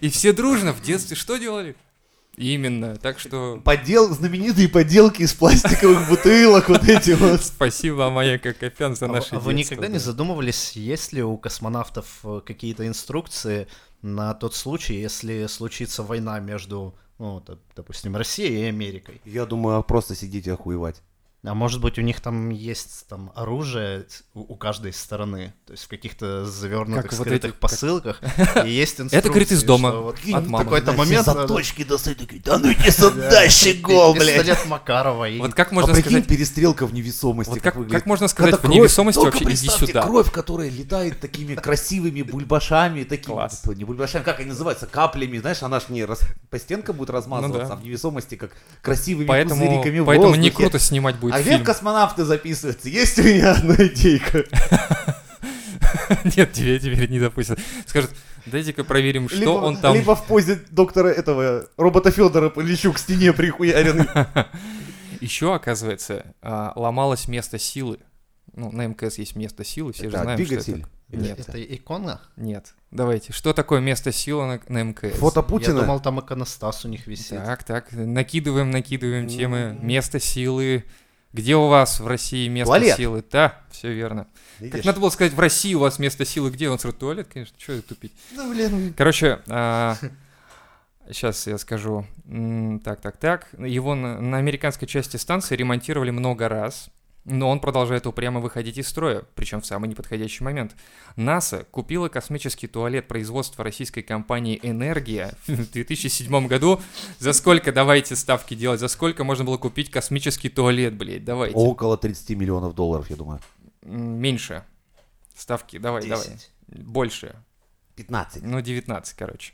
И все дружно в детстве что делали? Именно, так что
Подел... Знаменитые поделки из пластиковых бутылок, вот эти вот.
спасибо, моя Кокопян, за
А
наше
вы- а вы
детство,
никогда не
да.
задумывались, есть ли у космонавтов э, какие-то инструкции на тот случай, если случится война между, ну, д- допустим, Россией и Америкой?
Я думаю, а просто сидите охуевать.
А может быть, у них там есть там оружие с- у у каждой стороны, то есть в каких-то завернутых
Как вот
скрытых
эти- как-
посылках, и есть инструкции.
Это, говорит, из дома.
что вот
От
в
мамы.
какой-то момент...
э,
надо-
Заточки достают, такие, да ну иди
Да,
сюда, щегол,
пи-
блядь.
Пистолет Макарова и...
Вот как
А
можно
прикинь,
сказать...
перестрелка в невесомости,
Вот
как,
как,
выглядит.
как можно сказать
Когда
в
кровь-
невесомости
только
вообще иди
представьте,
сюда?
кровь, которая летает такими красивыми бульбашами, такими, типа,
Класс.
не бульбашами, как они называются, каплями, знаешь, она ж не рас- по стенкам будет размазываться,
Ну да.
а в невесомости как красивыми
Поэтому,
пузыриками в
поэтому не
воздухе.
круто снимать будет
А где
фильм.
космонавты записываются? Есть у меня одна идейка.
Нет, тебе теперь не допустят. Скажут, дайте-ка проверим, что
либо,
он там...
либо в позе доктора этого, робота Федора Полищук к стене прихуяренный.
Еще, оказывается, а, ломалось место силы. Ну, на МКС есть место силы, все же
Это
знаем,
двигатель?
что это.
Или
Нет,
Это икона?
нет. Давайте, что такое место силы на, на МКС?
Фото
Я
Путина.
думал, там иконостас у них висит.
Так, так, накидываем, накидываем темы. Место силы. Где у вас в России место
Туалет.
силы? Да, все верно.
Видишь?
Как надо было сказать, в России у вас место силы где? Он сразу туалет, конечно, что тупить.
Ну, блин,
Короче, сейчас я скажу. М, Так, так, так. Его на, на американской части станции ремонтировали много раз, но он продолжает упрямо выходить из строя, причем в самый неподходящий момент. НАСА купила космический туалет производства российской компании «Энергия» в 2007 году. За сколько, давайте ставки делать, за сколько можно было купить космический туалет, блядь, давайте.
Около 30 миллионов долларов, я думаю.
М, Меньше. Ставки, давай, давай.
Десять.
Больше.
15.
Ну, 19, короче.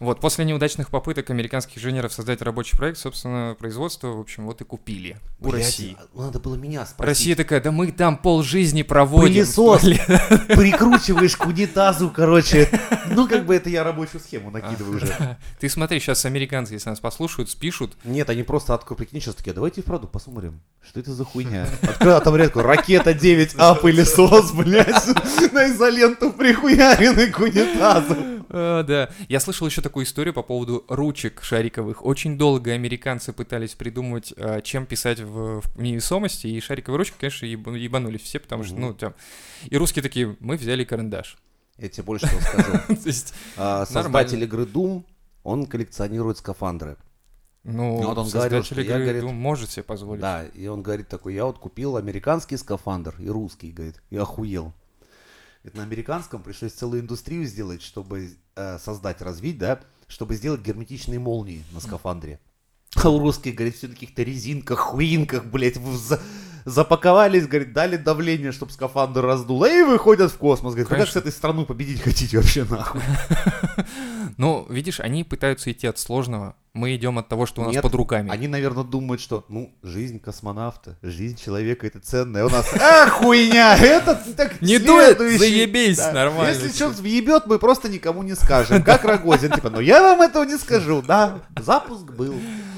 Вот, после неудачных попыток американских инженеров создать рабочий проект, собственно, производство, в общем, вот и купили у
Блядь,
России.
а Надо было меня спросить.
Россия такая, да мы там полжизни проводим.
Пылесос.
Блин.
Прикручиваешь к унитазу, короче. Ну, как бы это я рабочую схему накидываю уже.
Ты смотри, сейчас американцы, если нас послушают, спишут.
Нет, они просто открыли сейчас такие, давайте вправду посмотрим, что это за хуйня. Открыл а там редко, ракета 9, а пылесос, блядь, на изоленту прихуяренный к унитазу.
А, да. Я слышал еще такую историю по поводу ручек шариковых. Очень долго американцы пытались придумать, а, чем писать в, в невесомости, и шариковые ручки, конечно, еб- ебанулись все, потому что,
Мгм.
ну, там... И русские такие, мы взяли карандаш.
Я тебе больше того скажу.
То есть,
А, Создатель игры Doom, он коллекционирует скафандры.
ну,
вот он говорил,
создатель
что я,
игры,
говорит,
ну, может себе позволить.
Да, и он говорит такой, я вот купил американский скафандр и русский, говорит, и охуел. Говорит, на американском пришлось целую индустрию сделать, чтобы э, создать, развить, да, чтобы сделать герметичные молнии на скафандре. А у русских, говорит, все на каких-то резинках, хуинках, блядь, в- за- запаковались, говорит, дали давление, чтобы скафандр раздуло, и выходят в космос. Говорит, вы как с
Конечно.
этой страну победить хотите вообще, нахуй?
Ну, видишь, они пытаются идти от сложного. Мы идем от того, что у нас
Нет,
под руками.
Они, наверное, думают, что, ну, жизнь космонавта, жизнь человека это ценная. У нас, а, хуйня, это так
Не дует,
следующий».
заебись, нормально
Если
всё.
что-то въебет, мы просто никому не скажем. Как Рогозин, типа, ну я вам этого не скажу, да, запуск был.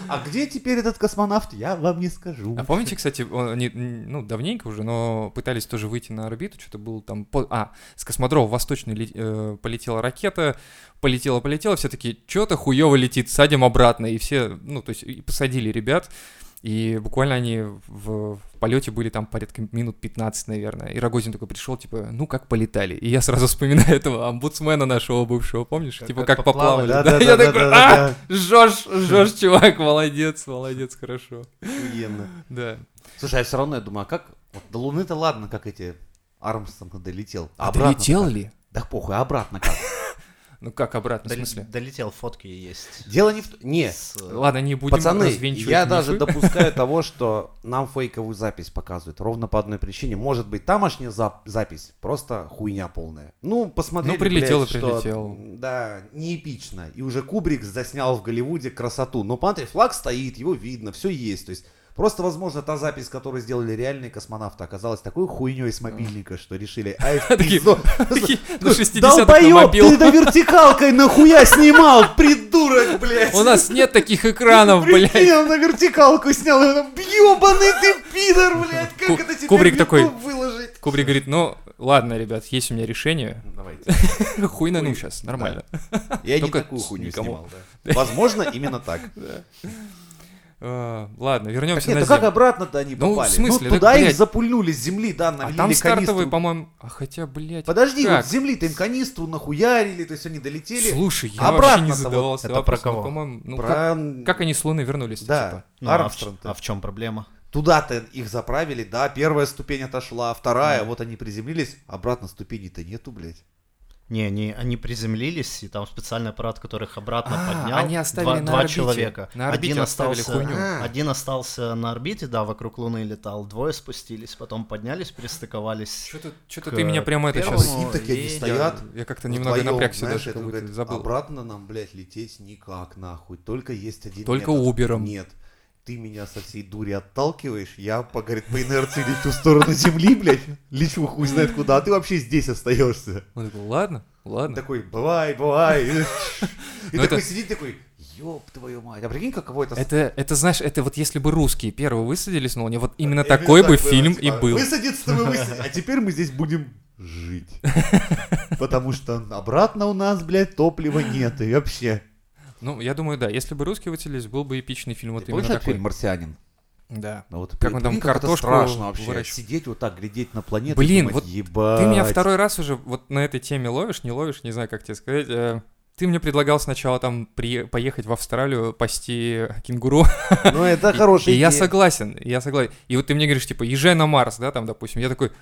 А где теперь этот космонавт, я вам не скажу.
А помните, кстати, о, не- ну, давненько уже, но пытались тоже выйти на орбиту, что-то было там... по- А, с космодрома восточный ли- э, полетела ракета, полетела-полетела, все таки что-то хуёво летит, садим обратно, и все, ну, то есть и посадили ребят, и буквально они в, полете были там порядка минут 15, наверное. И Рогозин такой пришел, типа, ну как полетали. И я сразу вспоминаю этого омбудсмена нашего бывшего, помнишь?
Как-
типа
как
как
поплавали».
поплавали. Да,
Да-да-да-да-да-да.
я такой, а, жжешь, жжешь, чувак, молодец, молодец, хорошо.
Охуенно.
Да.
Слушай, я все равно, я думаю, а как, вот до Луны-то ладно, как эти Армс там долетел. А
ты
обратно
летел ли?
Да похуй, а обратно как?
Ну как обратно, в
Дол-
смысле?
Долетел, фотки есть.
Дело не в... т- Не, а
С, э,
Ладно, не будем
Пацаны,
развенчивать
я
мифы.
даже допускаю того, что нам фейковую запись показывают. Ровно по одной причине. Может быть, тамошняя зап- запись просто хуйня полная. Ну, посмотрели,
Ну, прилетел
блядь,
и
что,
прилетел.
Да, не эпично. И уже Кубрик заснял в Голливуде красоту. Но, смотри, флаг стоит, его видно, все есть. То есть, просто, возможно, та запись, которую сделали реальные космонавты, оказалась такой хуйней с мобильника, что решили, ай, в
Такие,
пизду». Ну,
такие, на 60-х на
Долбоёб,
мобил.
ты на вертикалкой нахуя снимал, придурок, блядь!
У нас нет таких экранов,
Прикинь,
блядь.
он на вертикалку снял, и он, ёбаный ты пидор, блядь, как
Ку-
это теперь
Кубрик
в YouTube
такой.
выложить?
Кубрик говорит, ну, ладно, ребят, есть у меня решение.
Давайте.
Хуй на ну сейчас, нормально.
Я не
Только
такую хуйню
никому.
снимал, да. Возможно, именно так.
Э, Ладно,
Так
вернемся
нет,
на
ну как
землю.
обратно-то они
Ну, в
попали?
смысле,
Ну,
так,
туда их
блядь.
запульнули с земли, да,
А
навели
там стартовый,
канистру.
по-моему... А хотя, блядь,
Подожди,
как?
вот с земли ты им канистру нахуярили, то есть они долетели.
Слушай, я
Обратно-то
вообще не
вот
задавался
это про
вопросом,
кого?
ну, по-моему, ну, как-
Про-
как они с Луны вернулись
Да,
типа?
ну, а в-
Армстронг-то.
А в чем проблема?
Туда-то их заправили, да, первая ступень отошла, вторая, вот они приземлились, обратно ступени-то нету, блядь.
Не, они, они приземлились, и там специальный аппарат, который их обратно
А,
поднял.
они оставили
два,
на
два
орбите.
человека.
На орбите
один
оставили
остался,
хуйню.
А.
один остался на орбите, да, вокруг Луны летал. Двое спустились, потом поднялись, пристыковались.
Что-то
К
ты меня прямо это
первому
сейчас...
С ним такие они
и-
стоят.
Я как-то немного
Вдвоем,
напрягся
знаешь,
даже,
это
как будто
говорит,
забыл.
Обратно нам, блядь, лететь никак, нахуй. Только есть один
Только
метод.
Убером.
Нет. Ты меня со всей дури отталкиваешь, я, по- говорит, по инерции лечу в сторону земли, блядь, лечу хуй знает куда, а ты вообще здесь остаешься.
Он такой, ладно,
Он
ладно.
такой, бывай, бывай. И
Ну,
такой
это-
сидит такой, ёб твою мать. А прикинь, каково это...
Это, это, знаешь, это вот если бы русские первые высадились, но не вот именно
Именно
такой
так
бы
было,
фильм
типа,
и был.
Высадиться-то мы высадились, а теперь мы здесь будем жить. Потому что обратно у нас, блядь, топлива нет и вообще.
Ну, я думаю, да, если бы русские высадились, был бы эпичный фильм вот
Ты
именно
помнишь этот
такой.
фильм «Марсианин»?
Да.
Ну вот
Как он там
прикинь, как
картошку
это страшно вообще.
выращивает.
Сидеть вот так, глядеть на планету.
Блин,
и думать,
вот
ебать.
Ты меня второй раз уже вот на этой теме ловишь, не ловишь, не знаю, как тебе сказать. Э, Ты мне предлагал сначала там при... поехать в Австралию пасти кенгуру.
Ну это хороший.
И я согласен, я согласен. И вот ты мне говоришь, типа, езжай на Марс, да, там, допустим. Я такой,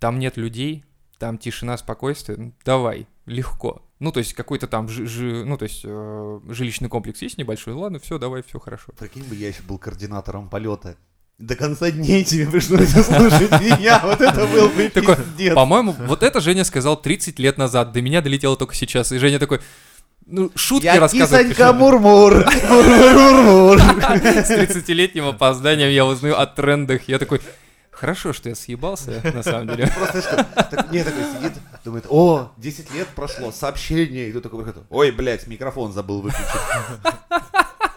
там нет людей, там тишина, спокойствие, ну, давай, легко. Ну, то есть какой-то там, жи- жи- ну, то есть э, жилищный комплекс есть небольшой, ладно, все, давай, все хорошо.
Прикинь бы, я еще был координатором полета. До конца дней тебе пришлось слушать меня, вот это был бы
Такой,
пиздец.
По-моему, вот это Женя сказал 30 лет назад. До меня долетело только сейчас. И Женя такой, ну, шутки
Я
рассказывать
кисонька
пришёл».
мурмур, мурмур-мурмур.
С 30-летним опозданием я узнаю о трендах. Я такой, хорошо, что я съебался, на самом деле.
Просто что, так, мне такой сидит, думает, о, 10 лет прошло, сообщение, и тут такой выход, ой, блядь, микрофон забыл выключить.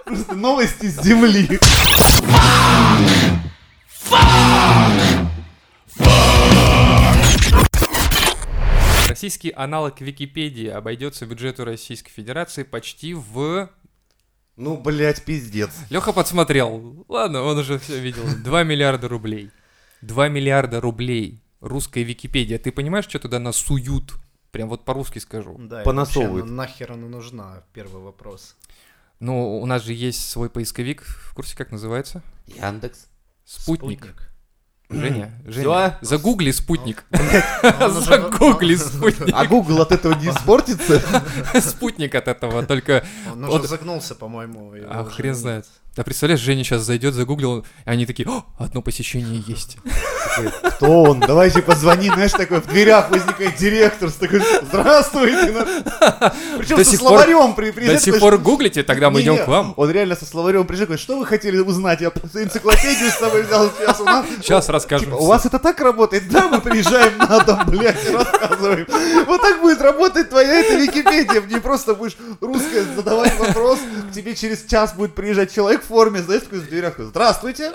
Просто новости с земли.
Российский аналог Википедии обойдется бюджету Российской Федерации почти в...
Ну, блядь, пиздец.
Леха подсмотрел. Ладно, он уже все видел. 2 миллиарда рублей. 2 миллиарда рублей русская Википедия. Ты понимаешь, что туда насуют? Прям вот по-русски скажу.
Да, и
Понасовывает.
вообще, ну, нахер она нужна, первый вопрос.
Ну, у нас же есть свой поисковик, в курсе как называется?
Яндекс.
Спутник. Женя, Женя,
Всё?
загугли спутник.
А он уже-
Загугли
он-
спутник.
А Google от этого не испортится?
Спутник от этого только...
Он
Вот.
уже загнулся, по-моему. его
А
уже
хрен
нет.
знает. Да представляешь, Женя сейчас зайдет, загуглил, и они такие, «О, одно посещение есть.
Кто он? Давайте позвони, знаешь, такой в дверях возникает директор с такой, здравствуйте. Причем
До
со
сих пор-
словарем при при-
До сих пор гуглите, тогда мы
Не,
идем
не,
к вам.
Он реально со словарем пришел, говорит, что вы хотели узнать? Я энциклопедию с собой взял, сейчас у нас...
Сейчас расскажем.
Типа,
всё.
у вас это так работает? Да, мы приезжаем на дом, блядь, и рассказываем. Вот так будет работать твоя эта Википедия. Мне просто будешь русская задавать вопрос, к тебе через час будет приезжать человек в форме, знаешь, такой в дверях. Здравствуйте.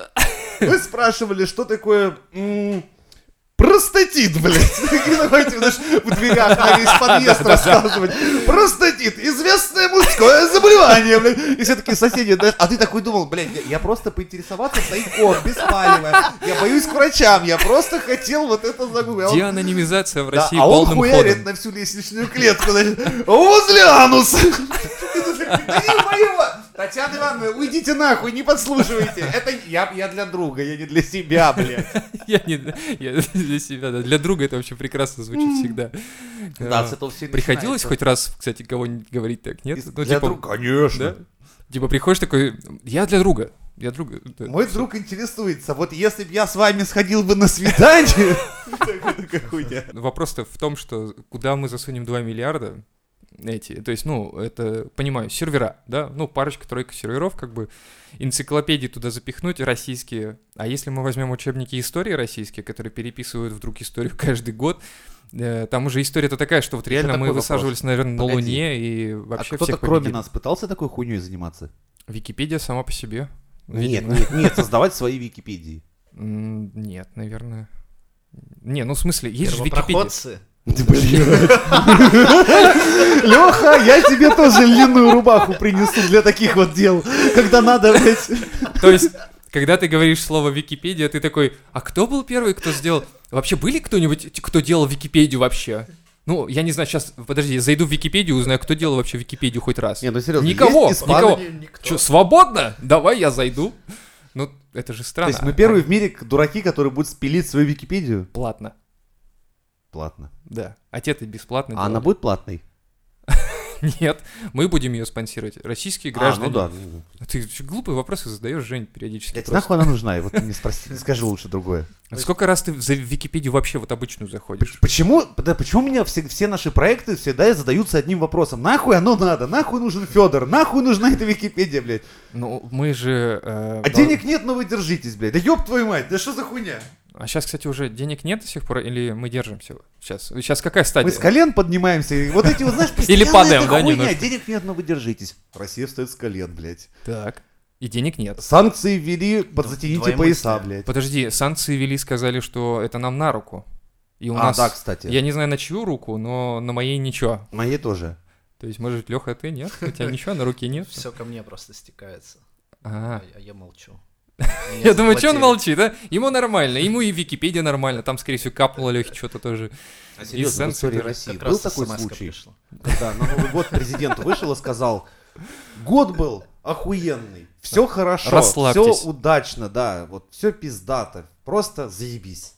Вы спрашивали, что такое... м, Простатит, блядь. И такой, типа, знаешь, в дверях на весь подъезд рассказывать. Простатит. Известное мужское заболевание, блядь. И все такие соседи, да, а ты такой думал, блядь, я- я просто поинтересоваться тайком, без палева. Я боюсь к врачам, я просто хотел вот это загуглить. А он-
Деанонимизация в
да,
России
а он
полным
хуярит
ходом.
на всю лестничную клетку, значит, возле ануса. Да не моего! Татьяна Ивановна, уйдите нахуй, не подслушивайте. Это я, я для друга, я не для себя, блядь.
Я не- я для себя, да. Для друга это вообще прекрасно звучит всегда. А,
этого все
Приходилось хоть раз, кстати, кого-нибудь говорить так, нет? Ну,
для
типа,
друга, конечно.
да? Типа приходишь такой, я для друга, я друга. да».
Мой друг интересуется, вот если бы я с вами сходил бы на свидание... Такой, такая хуйня.
Ну, Вопрос-то в том, что куда мы засунем 2 миллиарда эти, то есть, ну, это, понимаю, сервера, да, ну, парочка-тройка серверов, как бы, энциклопедии туда запихнуть, российские, а если мы возьмем учебники истории российские, которые переписывают вдруг историю каждый год, э, там уже история-то такая, что вот реально мы
такой вопрос?
высаживались, наверное, на
Погоди.
Луне и
А
вообще
кто-то
всех
кроме
победили.
нас пытался такой хуйней заниматься?
Википедия сама по себе?
Нет,
видимо.
нет, нет, создавать свои Википедии.
М, Нет, наверное. Не, ну в смысле, есть же Википедия.
Первопроходцы.
Леха, я тебе тоже льняную рубаху принесу для таких вот дел, когда надо, блядь.
То есть, когда ты говоришь слово Википедия, ты такой, а кто был первый, кто сделал? Вообще были кто-нибудь, кто делал Википедию вообще? Ну, я не знаю, сейчас, подожди, я зайду в Википедию, узнаю, кто делал вообще Википедию хоть раз.
Не, ну серьезно,
Никого,
есть испаны?
никого.
Ни- никто.
Чё, свободно? Давай я зайду. Ну, это же
То
странно. А,
есть мы первые в мире дураки, которые будут спилить свою Википедию?
Платно,
Платно.
да. А те ты бесплатно
А она
делали.
будет платной?
Нет, мы будем ее спонсировать. Российские
А,
граждане. Типа
ну да.
Ты глупые вопросы задаешь, Жень, периодически.
Блядь,
просто.
нахуй она нужна? И Вот ты мне спроси, скажи лучше другое.
Сколько раз ты за Википедию вообще вот обычную заходишь?
Почему, да почему у меня все, все наши проекты всегда задаются одним вопросом? Нахуй оно надо? Нахуй нужен Федор? Нахуй нужна эта Википедия, блядь?
Ну, мы же... э,
А
дол-
денег нет, но вы держитесь, блядь. Да ёб твою мать, да что за хуйня?
А сейчас, кстати, уже денег нет до сих пор, или мы держимся сейчас? Сейчас какая стадия?
Мы с колен поднимаемся, и вот эти, вот, знаешь,
Или
постоянная
падаем,
эта
да,
хуйня,
немножко?
денег нет, но вы держитесь. Россия встает с колен, блядь.
Так. И денег нет.
Санкции ввели, подзатяните
двоемыслие.
пояса, блядь.
Подожди, санкции вели, сказали, что это нам на руку. И у
А,
нас...
да, кстати.
Я не знаю, на чью руку, но на моей ничего.
Мои тоже.
То есть, может, Леха, ты нет? У тебя ничего на руке нет?
Все ко мне просто стекается.
А.
А я- я молчу.
Я думаю, что он
Заплатили.
молчит, а? Ему нормально, ему и Википедия нормально, там, скорее всего, капнуло Лехе что-то тоже.
А
серьезно, в
в
истории
истории
Как
России
Как
был
раз
такой
смс-ка
случай,
пришла.
когда на Новый год президент вышел и сказал, год был охуенный, все хорошо, все
Расслабьтесь.
удачно, да, вот все пиздато, просто заебись.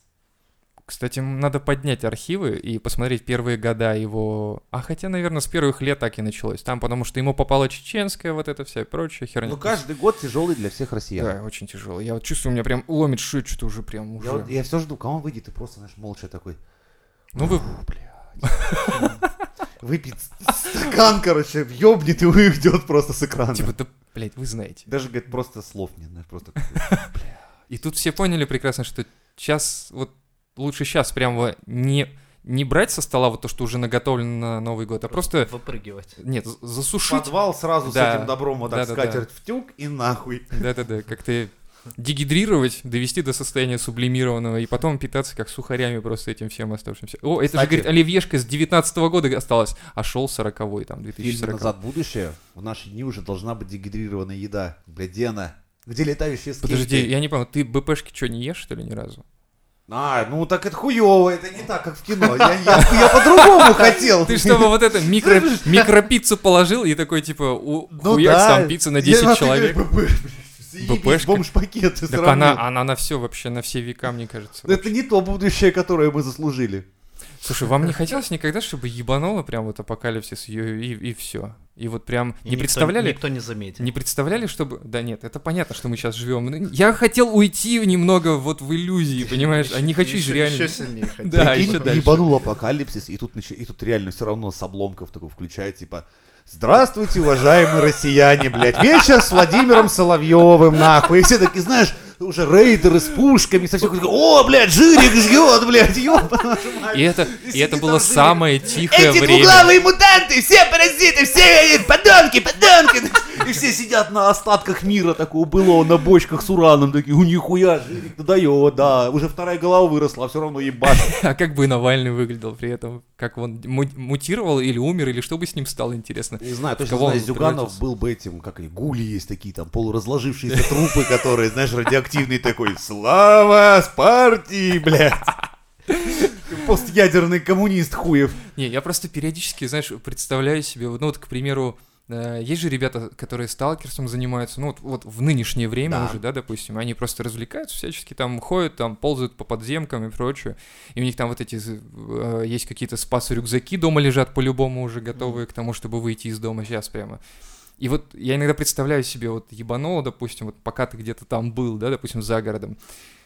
Кстати, м, надо поднять архивы и посмотреть первые года его... А хотя, наверное, с первых лет так и началось. Там, потому что ему попала чеченская вот эта вся прочая херня.
Ну, каждый год тяжелый для всех россиян.
Да, очень тяжело. Я вот чувствую, у меня прям ломит шею, что-то уже прям уже...
Я, вот- я все жду, когда он выйдет, и просто, знаешь, молча такой,
Ну вы...
выпьет стакан, короче, въебнет и уйдет просто с экрана.
Типа, да, блядь, вы знаете.
Даже, говорит, просто слов нет, знаешь, просто...
И тут все поняли прекрасно, что сейчас, вот лучше сейчас прямо не, не брать со стола вот то, что уже наготовлено на Новый год, а просто,
Выпрыгивать.
нет, з- засушить.
Подвал сразу
Да.
с этим добром вот так
Да-да-да.
скатерть втюк и нахуй.
Да-да-да, как-то дегидрировать, довести до состояния сублимированного и потом питаться как сухарями просто этим всем оставшимся. О, это
Кстати.
же, говорит, оливьешка с 19 года осталась, а шел 40 там,
В фильме
2040
«Назад в будущее» в наши дни уже должна быть дегидрированная еда. Бля, где она? Где летающие скейты?
Подожди, я не понял, ты БПшки что, не ешь, что ли, ни разу?
А, ну так это хуёво, это не так, как в кино. Я, я- я по-другому хотел.
Ты чтобы вот это микро, микропиццу положил и такой, типа, у
Ну
хуяк
да.
там пиццу на 10
Я- а ты
человек.
говоришь, «Б- б- заебись,
БПшка.
бомж-пакеты
Так
сравнил».
она, а- она на все вообще, на все века, мне кажется.
Но Это не то будущее, которое мы заслужили.
Слушай, вам не хотелось никогда, чтобы ебануло прям вот апокалипсис и, и, все? И вот прям
И
не
никто-
представляли,
Никто не заметил.
не представляли, чтобы... Да нет, это понятно, что мы сейчас живем. Я хотел уйти немного вот в иллюзии, понимаешь? А не хочу
Ещё-
же реально...
ещё сильнее хотел.
Да,
Прикинь, типа,
еще дальше.
ебанул апокалипсис, и тут, начи- и тут реально все равно с обломков такой включает, типа, Здравствуйте, уважаемые россияне, блядь. Вечер с Владимиром Соловьевым, нахуй. И все такие, знаешь, уже рейдеры с пушками, со всех. О, блядь, жирик жгет, блядь, ёбаная мать».
И это, и
сидит
это
там
было
жирик.
самое тихое
Эти
время.
двуглавые мутанты, все паразиты, все э, подонки, подонки. И все сидят на остатках мира такого было на бочках с ураном. Такие, у нихуя, жирик дает, да. Уже вторая голова выросла, а все равно ебашит.
А как бы Навальный выглядел при этом? Как он му- мутировал или умер, или что бы с ним стало, интересно?
Не знаю, точно
кого он
знаю, Зюганов
превратился?
был бы этим, как они, гули есть такие там, полуразложившиеся трупы, которые, знаешь, радиоактивный такой, слава Спартии, блядь. Постядерный коммунист хуев.
Не, я просто периодически, знаешь, представляю себе, вот, ну вот, к примеру, э, есть же ребята, которые сталкерством занимаются, ну вот, вот в нынешнее время
Да.
уже, да, допустим, они просто развлекаются всячески, там ходят, там ползают по подземкам и прочее, и у них там вот эти, э, есть какие-то спасы-рюкзаки дома лежат по-любому уже готовые к тому, чтобы выйти из дома сейчас прямо. И вот я иногда представляю себе, вот ебануло, допустим, вот пока ты где-то там был, да, допустим, за городом,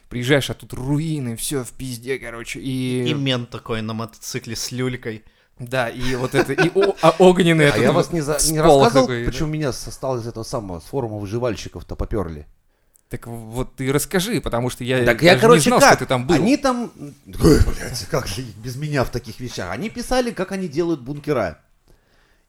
приезжаешь, а тут руины, все в пизде, короче, и...
И мент такой на мотоцикле с люлькой.
Да, и вот это, и о- а огненный
А
этот
я
вот
вас не, за- не
сполох
рассказывал,
такой, да.
почему меня состал из этого самого, с форума выживальщиков-то поперли.
Так вот ты расскажи, потому что я
Так я,
даже
короче,
не знал,
как?
что ты там был.
Они там... Ой, блядь, как же без меня в таких вещах? Они писали, как они делают бункера.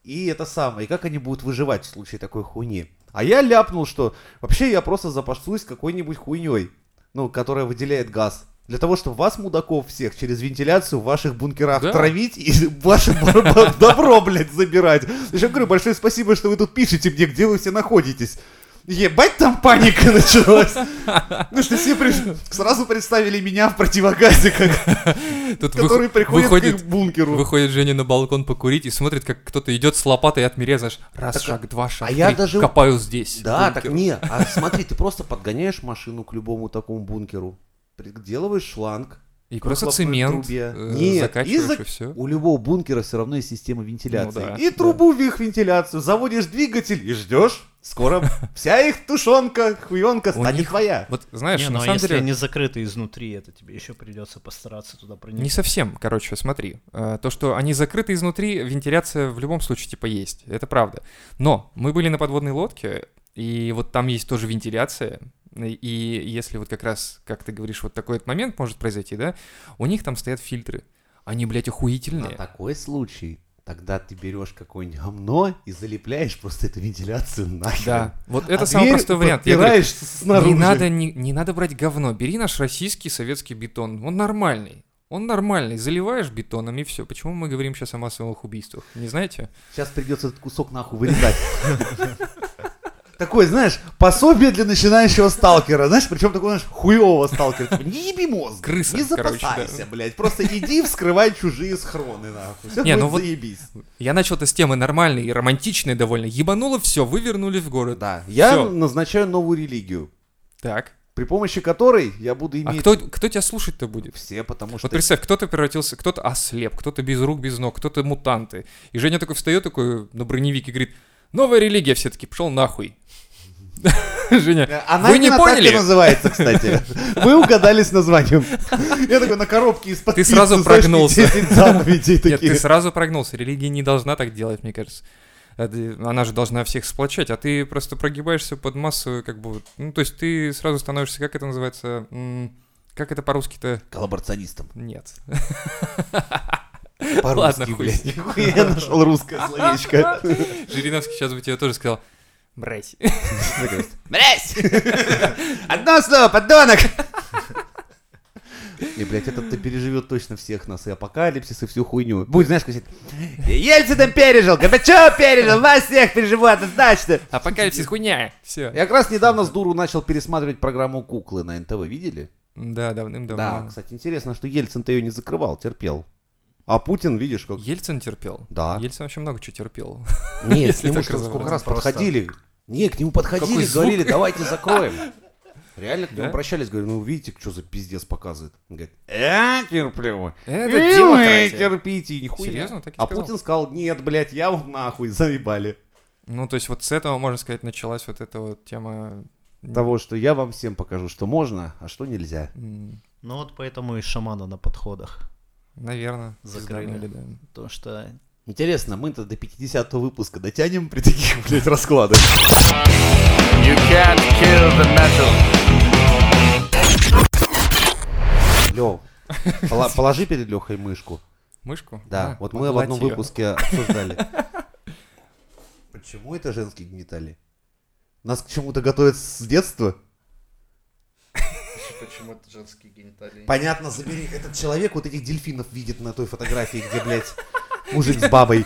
И это самое, и как они будут выживать в случае такой хуйни. А я ляпнул, что вообще я просто запасусь какой-нибудь хуйней, ну, которая выделяет газ. Для того, чтобы вас, мудаков, всех через вентиляцию в ваших бункерах
Да.
травить и ваше б- б- добро, блядь, забирать. Еще говорю, большое спасибо, что вы тут пишете мне, где вы все находитесь. Ебать, там паника началась. Ну что все при- сразу представили меня в противогазе, как-
Тут вых-
который приходит к
выходит,
их бункеру.
выходит Женя на балкон покурить и смотрит, как кто-то идет с лопатой отмеряет, знаешь, раз шаг, два шага,
а я
три,
даже-
копаю здесь.
Да,
бункер.
так не, а смотри, ты просто подгоняешь машину к любому такому бункеру, делаешь шланг,
И
к
просто
выхлопной
цемент
трубе.
э,
Нет,
закачиваешь
и, зак-
и все.
У любого бункера все равно есть система вентиляции.
Ну да,
и
да.
трубу в их вентиляцию, заводишь двигатель и ждешь. Скоро вся их тушенка, хуенка
У
станет
них-
твоя.
Вот знаешь,
Не, ну
на
а
самом
если
деле...
они закрыты изнутри, это тебе еще придется постараться туда
Не
проникнуть.
совсем, короче, смотри. Э, То, что они закрыты изнутри, вентиляция в любом случае типа есть. Это правда. Но мы были на подводной лодке, и вот там есть тоже вентиляция. И- И если вот как раз, как ты говоришь, вот такой вот момент может произойти, да, у них там стоят фильтры. Они, блядь,
На
охуительные.
такой случай тогда ты берешь какое-нибудь говно и залепляешь просто эту вентиляцию нахер.
Да, вот это
А
самый
дверь
простой вариант. Я говорю,
подпираешь снаружи.
Не надо, не, не надо брать говно. Бери наш российский советский бетон. Он нормальный. Он нормальный. Заливаешь бетоном и все. Почему мы говорим сейчас о массовых убийствах? Не знаете?
Сейчас придется этот кусок нахуй вырезать. Такое, знаешь, пособие для начинающего сталкера. Знаешь, причем такого, знаешь, хуевого сталкера. Типа, не еби мозг.
Крыса,
не
короче, да.
запасайся, блядь. Просто иди вскрывай чужие схроны, нахуй. Все
Не,
будет
ну вот-
заебись.
Я начал-то с темы нормальной и романтичной довольно. Ебануло все, вы вернули в город.
Да. Я
Всё.
назначаю новую религию.
Так.
при помощи которой я буду
А
иметь
кто, кто тебя слушать-то будет?
все, потому что...
Вот представь, кто-то превратился, кто-то ослеп, кто-то без рук, без ног, кто-то мутанты. И Женя такой встает такой на броневике и говорит, новая религия все-таки, пошел нахуй. Женя,
Она
Вы не
именно так и
поняли?
называется, кстати. Вы угадали с названием. Я такой на коробке из-под
Ты
пиццы,
сразу
знаешь,
прогнулся.
10 заповедей
нет,
такие.
ты сразу прогнулся, религия не должна так делать, мне кажется. А ты- Она же должна всех сплочать, а ты просто прогибаешься под массу, как бы, вот, ну, то есть ты сразу становишься, как это называется, м, как это по-русски-то?
Коллаборационистом.
Нет.
По-русски,
хуй
блядь.
с ним.
Нихуя я нашел русское словечко.
Жириновский сейчас бы тебе тоже сказал, брать.
Блядь! Одно слово, подонок! И, блядь, этот-то переживет точно всех нас, и апокалипсис, и всю хуйню. Будет, знаешь, как Ельцин пережил, Горбачев пережил, вас всех переживу однозначно.
Апокалипсис хуйня. Все.
Я как раз недавно с дуру начал пересматривать программу «Куклы» на НТВ, видели?
Да, давным-давно.
Да, кстати, интересно, что Ельцин-то ее не закрывал, терпел. А Путин, видишь, как...
Ельцин терпел?
Да.
Ельцин вообще много чего терпел.
Нет, к
Если
нему
так
что сколько
разобраться.
раз
Просто.
подходили. Не, к нему подходили,
Какой звук?
говорили, давайте закроем. Реально к нему
Да?
обращались, говорю, ну видите, что за пиздец показывает. Он говорит, я Э, терплю.
Это
И вы
демократия.
терпите, и нихуя.
Серьезно, так и
А
сказал?
Путин сказал, нет, блядь, я вот нахуй, заебали.
Ну, то есть вот с этого, можно сказать, началась вот эта вот тема...
Того, что я вам всем покажу, что можно, а что нельзя.
Ну вот поэтому и шамана на подходах.
Наверное.
Закрыли. То, что
Интересно, мы-то до 50 выпуска дотянем при таких, блядь, раскладах.
You can't kill the metal.
Лев, положи перед Лехой мышку.
Мышку?
Да,
А,
вот мы в одном
поглотила.
выпуске обсуждали. Почему это женские гениталии? Нас к чему-то готовят с детства?
Почему это женские гениталии?
Понятно, забери. Этот человек вот этих дельфинов видит на той фотографии, где, блядь, мужик с бабой.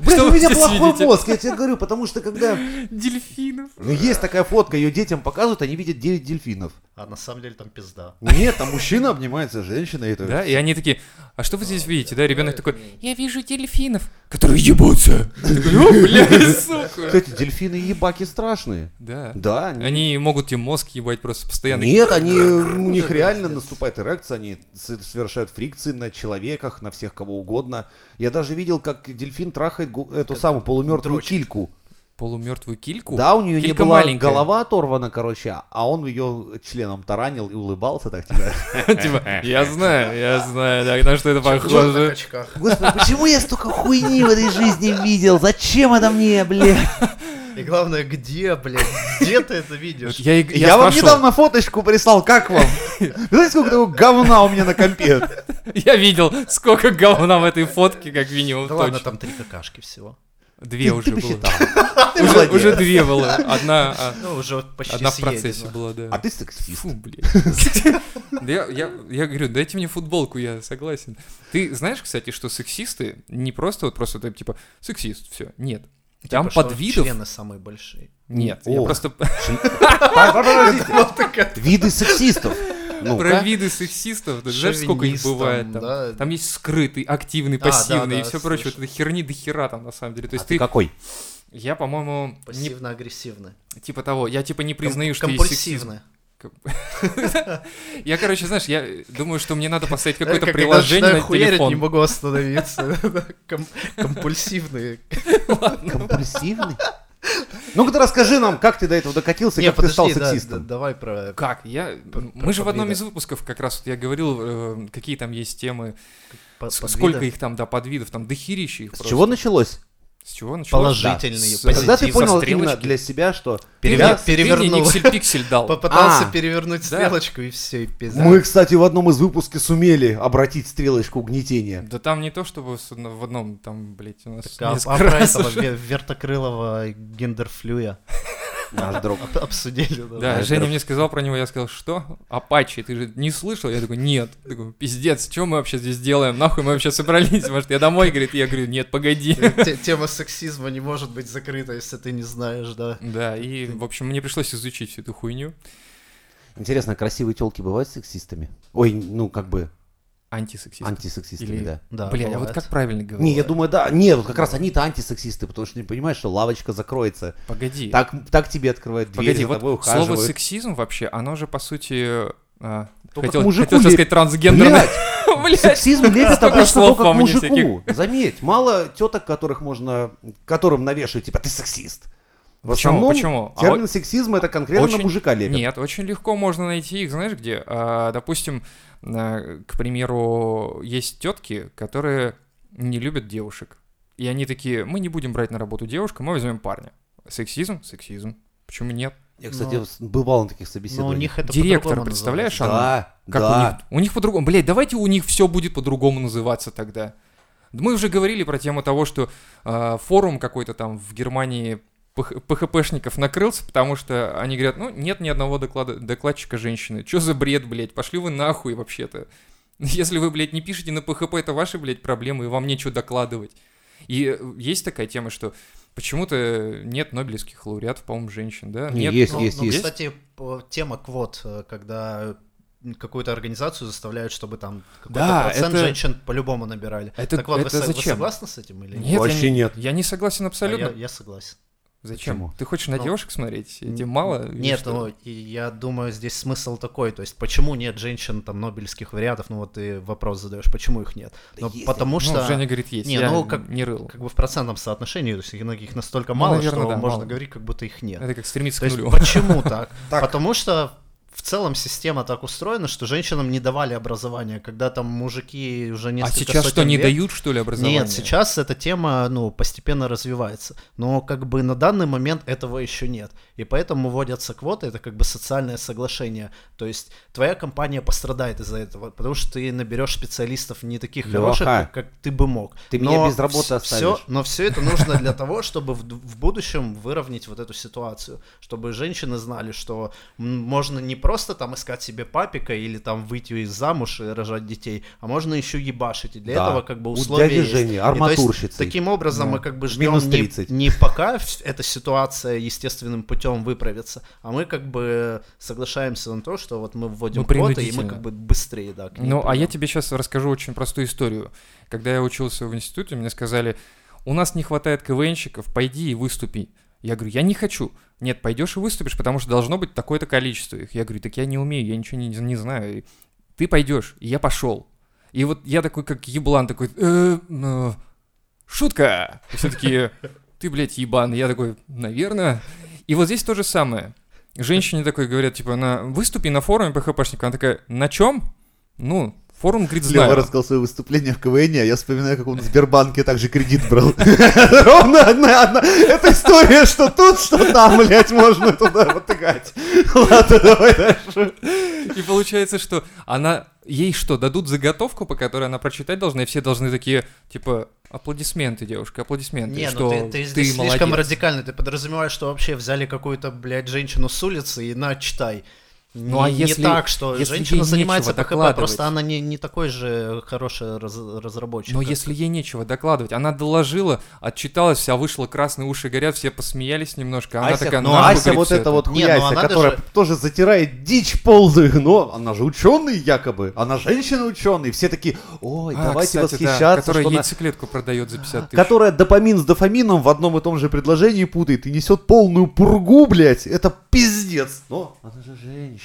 Блядь,
Что
у
вы
меня
здесь
плохой
видите?
мозг, я тебе говорю, потому что когда...
Дельфинов.
Ну, есть такая фотка, ее детям показывают, они видят 9 дельфинов.
А на самом деле там пизда.
Нет, там мужчина обнимается с женщиной. и то-
Да, и они такие, а что вы здесь видите, да? Ребенок такой, я вижу дельфинов, которые ебутся. Ты такой, «О, бля, сука.
Кстати, дельфины ебаки страшные.
Да.
Да, они
Они могут тебе мозг ебать просто постоянно.
Нет, они, у них реально наступает эрекция, они с- совершают фрикции на человеках, на всех кого угодно. Я даже видел, как дельфин трахает гу- эту самую полумертвую кильку.
Полумертвую кильку?
Да, у нее не
Килька
была
маленькая.
голова оторвана, короче, а он ее членом таранил и улыбался так тебя.
Типа, я знаю, я знаю, да, на что это похоже.
очках.
Господи, почему я столько хуйни в этой жизни видел? Зачем это мне, блядь?
И главное, где, блядь? Где ты это видишь?
Я, и- я,
Я, вам
спрашивал,
недавно фоточку прислал, как вам? Вы Знаете, сколько такого говна у меня на компе?
я видел, сколько говна в этой фотке, как минимум,
Да ладно,
точно.
там три какашки всего.
Две
Ты
уже было.
посчитал. Ты
Уже,
молодец.
уже две было. Одна, а,
Ну, уже почти ну.
одна в
съедено.
процессе была, да.
А ты сексист.
Фу, блядь. Да я, я, я говорю, дайте мне футболку, я согласен. Ты знаешь, кстати, что сексисты не просто вот просто так, типа сексист, все. Нет. Там
Потому что
подвидов
Члены самые большие.
нет. Я
О.
просто
Виды сексистов. Ну,
про виды сексистов, ты знаешь, сколько их
Шовинистам,
бывает там.
да.
Там есть скрытый, активный,
Да, да,
пассивный и
да,
все прочее. Вот
слышал.
это херни до хера там на самом
А
деле. То есть ты,
какой?
я, по-моему, не
Пассивно-агрессивно.
Типа того, я типа не признаю, что есть сексизм.
Компульсивно.
Я, короче, знаешь, я думаю, что мне надо поставить
Знаешь,
какое-то
Э, как
приложение
когда
на
начинаю хуярить, не
телефон.
могу остановиться. Ком- Компульсивные.
Компульсивный? Ну-ка ты расскажи нам, как ты до этого докатился и
Не,
как ты стал
подожди, да, да,
сексистом?
давай про...
Как? Я...
Про-
Мы же в
про
одном
виды.
из выпусков как раз вот я говорил, э, какие там есть темы,
по-
с-
подвида.
сколько их там, да, подвидов, там дохерища их
С
просто.
чего началось?
С чего началось? Да,
Положительные,
с-
Когда ты
Позитив со
понял
стрелочки.
именно для себя, что...
Перевер-
Ты мне
перевернул.
никсель-пиксель дал.
Попытался
А,
перевернуть
да.
стрелочку и все, и пизда.
Мы, кстати, в одном из выпусков сумели обратить стрелочку гнетения.
Да там не то, чтобы с одно- в одном, там, блядь, у нас
Так, А а
несколько
про
раз
этого
уже.
ве- вертокрылого гендерфлюя
Наш друг.
об- обсудили. да.
Да,
это-
Женя мне сказал про него, я сказал, что? Апачи, ты же не слышал? Я такой, нет. Я такой, пиздец, что мы вообще здесь делаем? Нахуй мы вообще собрались? Может, я домой, говорит, я говорю, нет, погоди.
Те- Тема сексизма не может быть закрыта, если ты не знаешь, да.
Да, и, в общем, мне пришлось изучить всю эту хуйню.
Интересно, красивые телки бывают сексистами? Ой, ну как бы...
Антисексистами.
Антисексистами,
Или-
да.
Да,
Блин, а
бывает.
вот как правильно говорить?
Не, я думаю, да. Не, вот как раз они-то антисексисты, потому что не понимаешь, что лавочка закроется.
Погоди.
Так, так тебе открывают дверь,
Погоди,
за
вот
тобой ухаживают.
слово сексизм вообще, оно же по сути... а,
То, как
хотел,
мужику
хотел сейчас
леп-
сказать трансгендерный.
Блядь,
Блядь.
сексизм лепит
Столько
обычно
слов
только
во
к
мне
мужику.
всяких.
Заметь, мало теток, которых можно, которым навешивают, типа, ты сексист. В
Почему?
основном
Почему? А
термин
вот-
сексизм это конкретно на
Очень-
мужика лепит.
Нет, очень легко можно найти их, знаешь где? А, допустим, а, к примеру, есть тетки, которые не любят девушек. И они такие, мы не будем брать на работу девушку, мы возьмем парня. Сексизм? Сексизм. Почему нет?
Я, кстати,
ну,
Но-
с- бывал на таких
Но Ну, у
собеседованиях.
них это
Директор,
по-другому
представляешь, она?
Да,
Как у
да.
них? У них по-другому. Блять, давайте у них все будет по-другому называться тогда. Мы уже говорили про тему того, что э, форум какой-то там в Германии пх- ПХПшников накрылся, потому что они говорят, ну, нет ни одного доклада, докладчика женщины. Чё за бред, блядь? Пошли вы нахуй вообще-то. Если вы, блядь, не пишете на ПХП, это ваши, блядь, проблемы, и вам нечего докладывать. И э, есть такая тема, что почему-то нет нобелевских лауреатов, по-моему, женщин, да?
Не,
Нет.
есть,
Ну,
есть,
ну,
есть.
кстати, по- тема квот, э, когда какую-то организацию заставляют, чтобы там какой-то
Да,
процент
это-
женщин по-любому набирали.
Это-
так вот,
это
вы, со- вы
зачем?
согласны с этим или
Нет,
Вообще
я не-
нет.
Я не согласен
А я-
абсолютно.
я согласен.
Зачем?
Почему?
Ты хочешь на
Ну,
девушек смотреть? И Тебе
М,
мало? или
Нет,
что?
ну, и я думаю, здесь смысл такой, то есть почему нет женщин, там, нобелевских вариантов, ну вот ты вопрос задаешь, почему их нет?
Да
Ну,
есть
Ну,
потому что
Женя говорит, есть.
Не,
я
ну, как-
не рыл.
как бы в процентном соотношении, то есть их их настолько
Типа. Ну,
мало,
наверное,
что
да,
можно
мало.
говорить, как будто их нет.
Это как стремиться к
То есть
нулю.
почему так?
Так.
Потому что в целом система так устроена, что женщинам не давали образования, когда там мужики уже
А
несколько
сейчас что,
сотен
не
лет-
дают, что ли, образование?
Нет, сейчас эта тема, ну, постепенно развивается. Но как бы на данный момент этого еще нет. И поэтому вводятся квоты, это как бы социальное соглашение. То есть твоя компания пострадает из-за этого, потому что ты наберешь специалистов не таких
Лёха,
хороших, как, как ты бы мог.
ты меня без работы
вс- всё-
оставишь.
но все это нужно для того, чтобы в, д- в будущем выровнять вот эту ситуацию. Чтобы женщины знали, что м, можно не просто там искать себе папика или там выйти из замуж и рожать детей, а можно еще ебашить. И для
Да.
этого как бы
У
условия
дяди
есть.
Жени
И то есть
арматурщицей.
таким образом
Да.
мы как бы ждем
Минус
не-
30.
Не, пока вс- эта ситуация естественным путем выправится, а мы как бы соглашаемся на то, что вот мы вводим
Ну,
квоты, и мы
принудительно.
как бы быстрее, да. к ней
Ну, а я
придём.
тебе сейчас расскажу очень простую историю. Когда я учился в институте, мне сказали, у нас не хватает КВНщиков, пойди и выступи. Я говорю, я не хочу. Нет, пойдешь и выступишь, потому что должно быть такое-то количество их. Я говорю, так я не умею, я ничего не, не знаю. И ты пойдешь, и я пошел. И вот я такой, как еблан, такой, «Э, ну, шутка. И все таки ты, блядь, ебан. И я такой, наверное. И вот здесь то же самое. Женщине такой говорят, типа, на выступи на форуме ПХПшника. Она такая, на чем? Ну, форум, говорит,
Лева
знаю.
рассказал свое выступление в КВН, а я вспоминаю, как он в Сбербанке также кредит брал. Ровно одна, одна. Это история, что тут, что там, блядь, можно туда потыкать. Ладно, давай дальше.
И получается, что она... Ей что, дадут заготовку, по которой она прочитать должна, и все должны такие, типа, аплодисменты, девушка, аплодисменты.
Не,
что
ну ты, ты здесь
молодец.
слишком радикально. Ты подразумеваешь, что вообще взяли какую-то, блядь, женщину с улицы и на, читай.
Ну, а
Не-
если-
не так, что
если ей
женщина занимается
нечего
ПКП,
докладывать?
просто она не, не такой же хороший раз- разработчик.
Но
как-
если ей нечего докладывать, она доложила, отчиталась, вся вышла, красные уши горят, все посмеялись немножко, а она
Ася-
такая,
ну,
«Нахуй,
Ася
говорит,
вот
всё
это вот
Не, ну
хуяйся,
она
которая
даже-
тоже затирает дичь ползую, но она же ученый якобы, она женщина ученый, все такие, ой,
А,
давайте
кстати, да,
восхищаться,
которая
что она-
яйцеклетку продает за 50 тысяч.
Которая допамин с дофамином в одном и том же предложении путает и несет полную пургу, блядь. Это пиздец. Но она же женщина.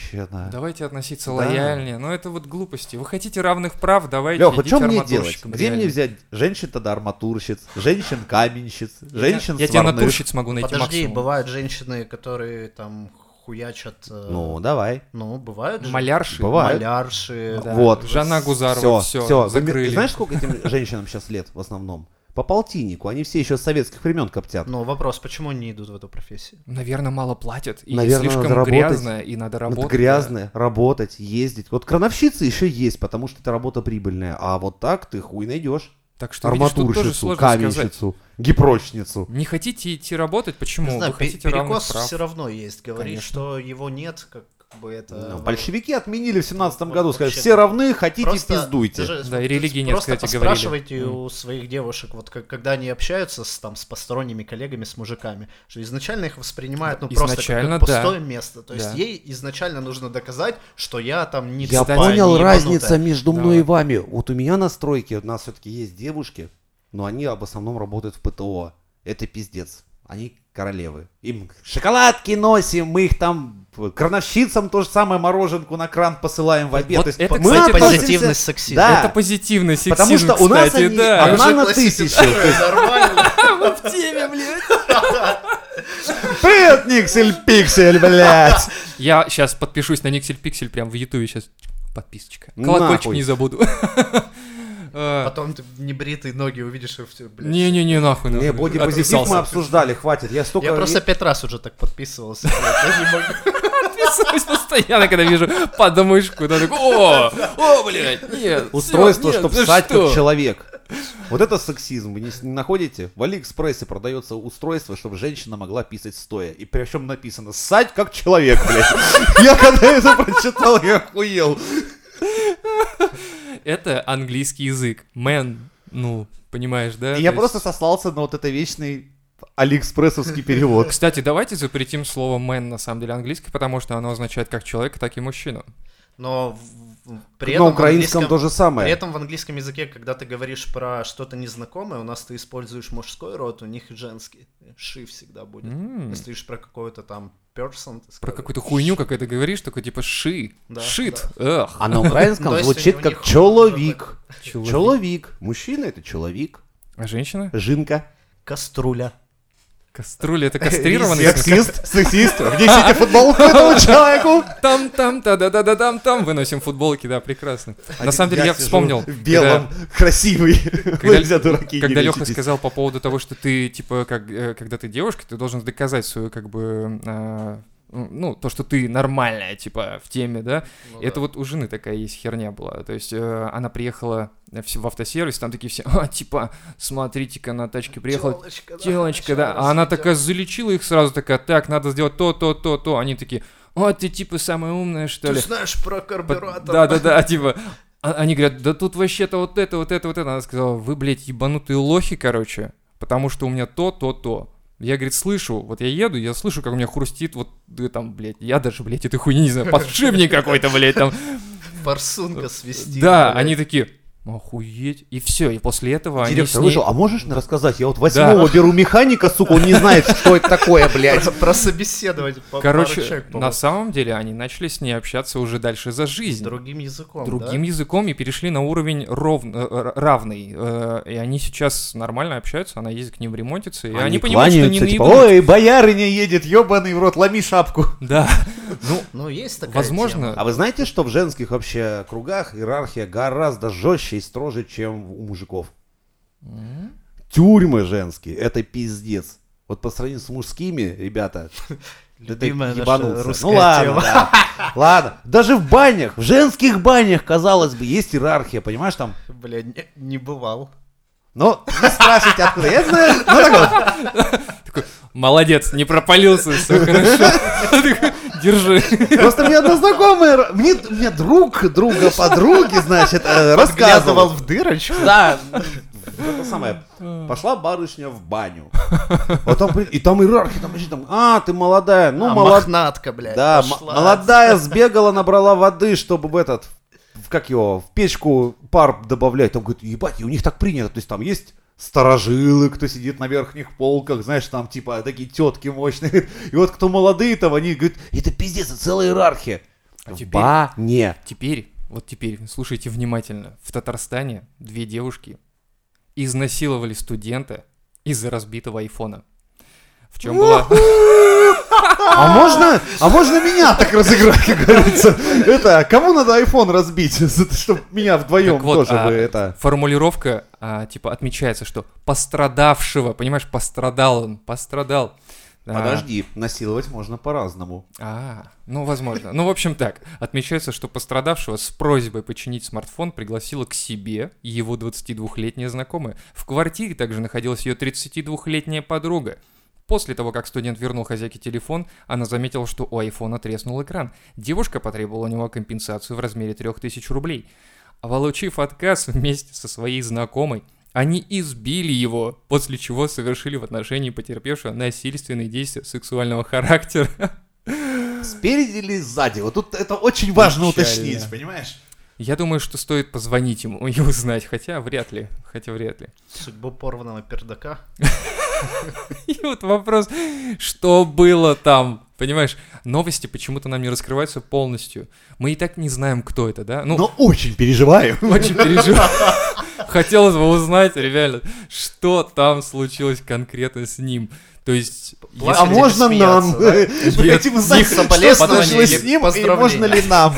Давайте относиться
Да.
лояльнее. Но это вот глупости. Вы хотите равных прав, давайте
Леха,
идите
что мне делать?
арматурщиком,
Где мне
реально.
взять женщин тогда арматурщиц, женщин каменщиц, женщин
Я тебе
сварных?
натурщиц могу найти
Подожди,
максимум.
бывают женщины, которые там хуячат. э,
Ну, давай.
ну, бывают же.
Малярши.
Бывает.
Малярши.
Да.
Вот.
Жанна
Всё,
Гузарова, все,
всё. Вы мне-
закрыли.
Знаешь, сколько этим женщинам сейчас лет в основном? По полтиннику. Они все еще с советских времен коптят.
Но Ну, вопрос, почему они идут в эту профессию?
Наверное, мало платят. И
Наверное, надо
слишком
работать.
грязно, и надо
Это
работать.
грязно, работать, ездить. Вот крановщицы еще есть, потому что это работа прибыльная. А вот так ты хуй найдешь.
да. Так что, видишь, тут тоже
Арматурщицу,
сложно сказать.
каменщицу, гипрочницу.
Не хотите идти работать?
Не
Почему?
знаю,
Вы
пе-
хотите равных
перекос
прав.
все равно есть. Говорить,
Конечно.
что его нет, как как бы это...
Ну, Большевики отменили в семнадцатом году, сказали,
Вообще,
все равны, хотите,
Просто
пиздуйте.
ты же
Да, и религии нет,
просто
кстати, говорили.
поспрашивайте
Мгм.
у своих девушек, вот как- когда они общаются с, там, с посторонними коллегами, с мужиками, что изначально их воспринимают ну,
Изначально,
просто
да.
как пустое место. То есть
Да.
ей изначально нужно доказать, что я там не
Я
тупая,
понял,
не ебанутая.
разница между мной и
Давай.
вами. Вот у меня на стройке, у нас все-таки есть девушки, но они об основном работают в ПТО. Это пиздец. Они королевы. Им шоколадки носим, мы их там э, крановщицам то же самое мороженку на кран посылаем в обед.
вот
То есть
это,
мы
кстати,
относимся-
позитивный сексизм.
Да,
Это позитивный сексизм,
потому что у нас
кстати,
они-
да.
она
А Уже
на
классическое,
тысячу.
Нормально.
в теме, блядь.
Привет, Никсель Пиксель, блядь!
Я сейчас подпишусь на Никсель Пиксель прям в Ютубе сейчас. Подписочка.
Нахуй.
Колокольчик не забуду. Э,
А Потом ты небритые ноги увидишь и всё, блядь.
Не-не-не, нахуй. нахуй.
Не, бодипозитив
Отписался.
мы обсуждали, хватит. Я столько...
Я просто пять раз уже так подписывался. блядь, я не могу.
Подписываюсь постоянно, когда вижу подмышку. Да, такой, о, о, блядь, нет. всё,
Устройство,
нет,
чтобы
за
стать
что?
как человек. Вот это сексизм, вы не, с- не находите? В Алиэкспрессе продается устройство, чтобы женщина могла писать стоя. И причем написано «ссать как человек», блядь. Я когда это прочитал, я охуел.
Это английский язык. Man, ну, понимаешь, да?
И я
То
просто
есть-
сослался на вот это вечный алиэкспрессовский перевод.
Кстати, давайте запретим слово man на самом деле английский, потому что оно означает как человека, так и мужчину.
Но в- в- при
На
этом в
украинском
английском-
то же
При
самое.
этом в английском языке, когда ты говоришь про что-то незнакомое, у нас ты используешь мужской род, у них женский. Ши всегда будет.
М,
Если ты говоришь про какой-то там person, ты
Про
скажешь.
какую-то хуйню, как это говоришь, такой типа ши,
Да,
шит, эх.
А на украинском
Но если
звучит
у них
как
хуй
«человек».
Человек.
Человек. Мужчина — это человек.
А женщина?
Жинка.
Каструля.
Кастрюля, это кастрированный?
Сексист. Сексист. Внесите футболку этому человеку.
Там, там, та да да да там, там выносим футболки, да, прекрасно. На самом деле я
А сижу
вспомнил.
В белом, красивый.
когда-
Нельзя дураки. не
Когда Леха
беситесь.
сказал по поводу того, что ты, типа, как, э, когда ты девушка, ты должен доказать свою, как бы, э, ну, то, что ты нормальная, типа, в теме, да? это вот у жены такая есть херня была. То есть э, она приехала в, в автосервис, там такие все, «А, типа, смотрите-ка, на тачке приехала
Телочка,
телочка, да. А она такая залечила их сразу, такая, так, надо сделать то, то, то, то. Они такие, о, ты, типа, самая умная, что
Ты
ли?
знаешь про карбюратор.
Да-да-да, типа... а- Они говорят, да тут вообще-то вот это, вот это, вот это. Она сказала, вы, блядь, ебанутые лохи, короче, потому что у меня то, то, то. Я, говорит, слышу, вот я еду, я слышу, как у меня хрустит вот да, там, блядь, я даже, блядь, этой хуйни не знаю, подшипник какой-то, блядь, там.
Форсунка свистит.
Да,
блядь.
они такие, охуеть. И все, и после этого они с
Директор,
ней...
вышел, а можешь мне рассказать? Я вот восьмого беру механика, сука, он не знает, что это такое, блядь.
Про- Про собеседовать. по- пару
Короче,
человек,
на
по-моему,
самом деле они начали с ней общаться уже дальше за жизнь.
Другим языком,
другим
да?
языком и перешли на уровень ров- э, р- равный. Э, И они сейчас нормально общаются, она ездит к ним ремонтиться, и они, понимают, что не
кланяются, типа,
наебут.
Ой, боярыня едет, ебаный в рот, ломи шапку.
Да,
Ну, есть такая
возможно.
А вы знаете, что в женских вообще кругах иерархия гораздо жестче и строже, чем у мужиков? Тюрьмы женские, это пиздец. Вот по сравнению с мужскими, ребята,
тема.
Да ты
Любимая наша
ебанулся.
русская
Ну ладно,
тема.
да. ладно. Даже в банях, в женских банях, казалось бы, есть иерархия, понимаешь, там.
Бля, не- не бывал.
Но не спрашивайте откуда. Я знаю. Ну так вот.
Молодец, не пропалился, все хорошо. Держи.
Просто мне одна знакомая, ра- мне, мне друг друга подруги, значит, э,
Глядывал
рассказывал.
в дырочку.
Да. Это самое. Пошла барышня в баню. Вот там, при- и там иерархия, там вообще там, а, ты молодая, ну
а,
молодая.
мохнатка, блядь,
Да, м-
пошла.
молодая сбегала, набрала воды, чтобы в этот, в, как его, в печку пар добавлять. Там говорит, ебать, и у них так принято. То есть там есть старожилы, кто сидит на верхних полках, знаешь, там типа такие тетки мощные. И вот кто молодые там, они говорят, это пиздец, это целая иерархия.
А
В
теперь-
бане.
Теперь, вот теперь, слушайте внимательно. В Татарстане две девушки изнасиловали студента из-за разбитого айфона. В чем была...
А можно, а можно меня так разыграть, как говорится? Это, кому надо iPhone разбить, чтобы меня вдвоем
Так вот,
тоже
а,
бы это...
формулировка, а, типа, отмечается, что пострадавшего, понимаешь, пострадал он, пострадал. А,
Подожди, насиловать можно по-разному.
А, ну, возможно. Ну, в общем, так. Отмечается, что пострадавшего с просьбой починить смартфон пригласила к себе его 22-летняя знакомая. В квартире также находилась ее 32-летняя подруга. После того, как студент вернул хозяйке телефон, она заметила, что у айфона треснул экран. Девушка потребовала у него компенсацию в размере 3000 рублей. А Получив отказ вместе со своей знакомой, они избили его, после чего совершили в отношении потерпевшего насильственные действия сексуального характера.
Спереди или сзади? Вот тут это очень важно
Печально.
уточнить, понимаешь?
Я думаю, что стоит позвонить ему и узнать, хотя вряд ли, хотя вряд ли.
Судьбу порванного пердака.
И вот вопрос, что было там, понимаешь? Новости почему-то нам не раскрываются полностью. Мы и так не знаем, кто это, да? Ну,
Но очень переживаю.
очень переживаю. Хотелось бы узнать, реально, что там случилось конкретно с ним. То есть...
Пла-
А
Если
можно
смеяться,
нам? э,
да?
Мы
Нет,
хотим знать, что
соболезнования
случилось
и
с ним, и
поздравления.
можно ли нам?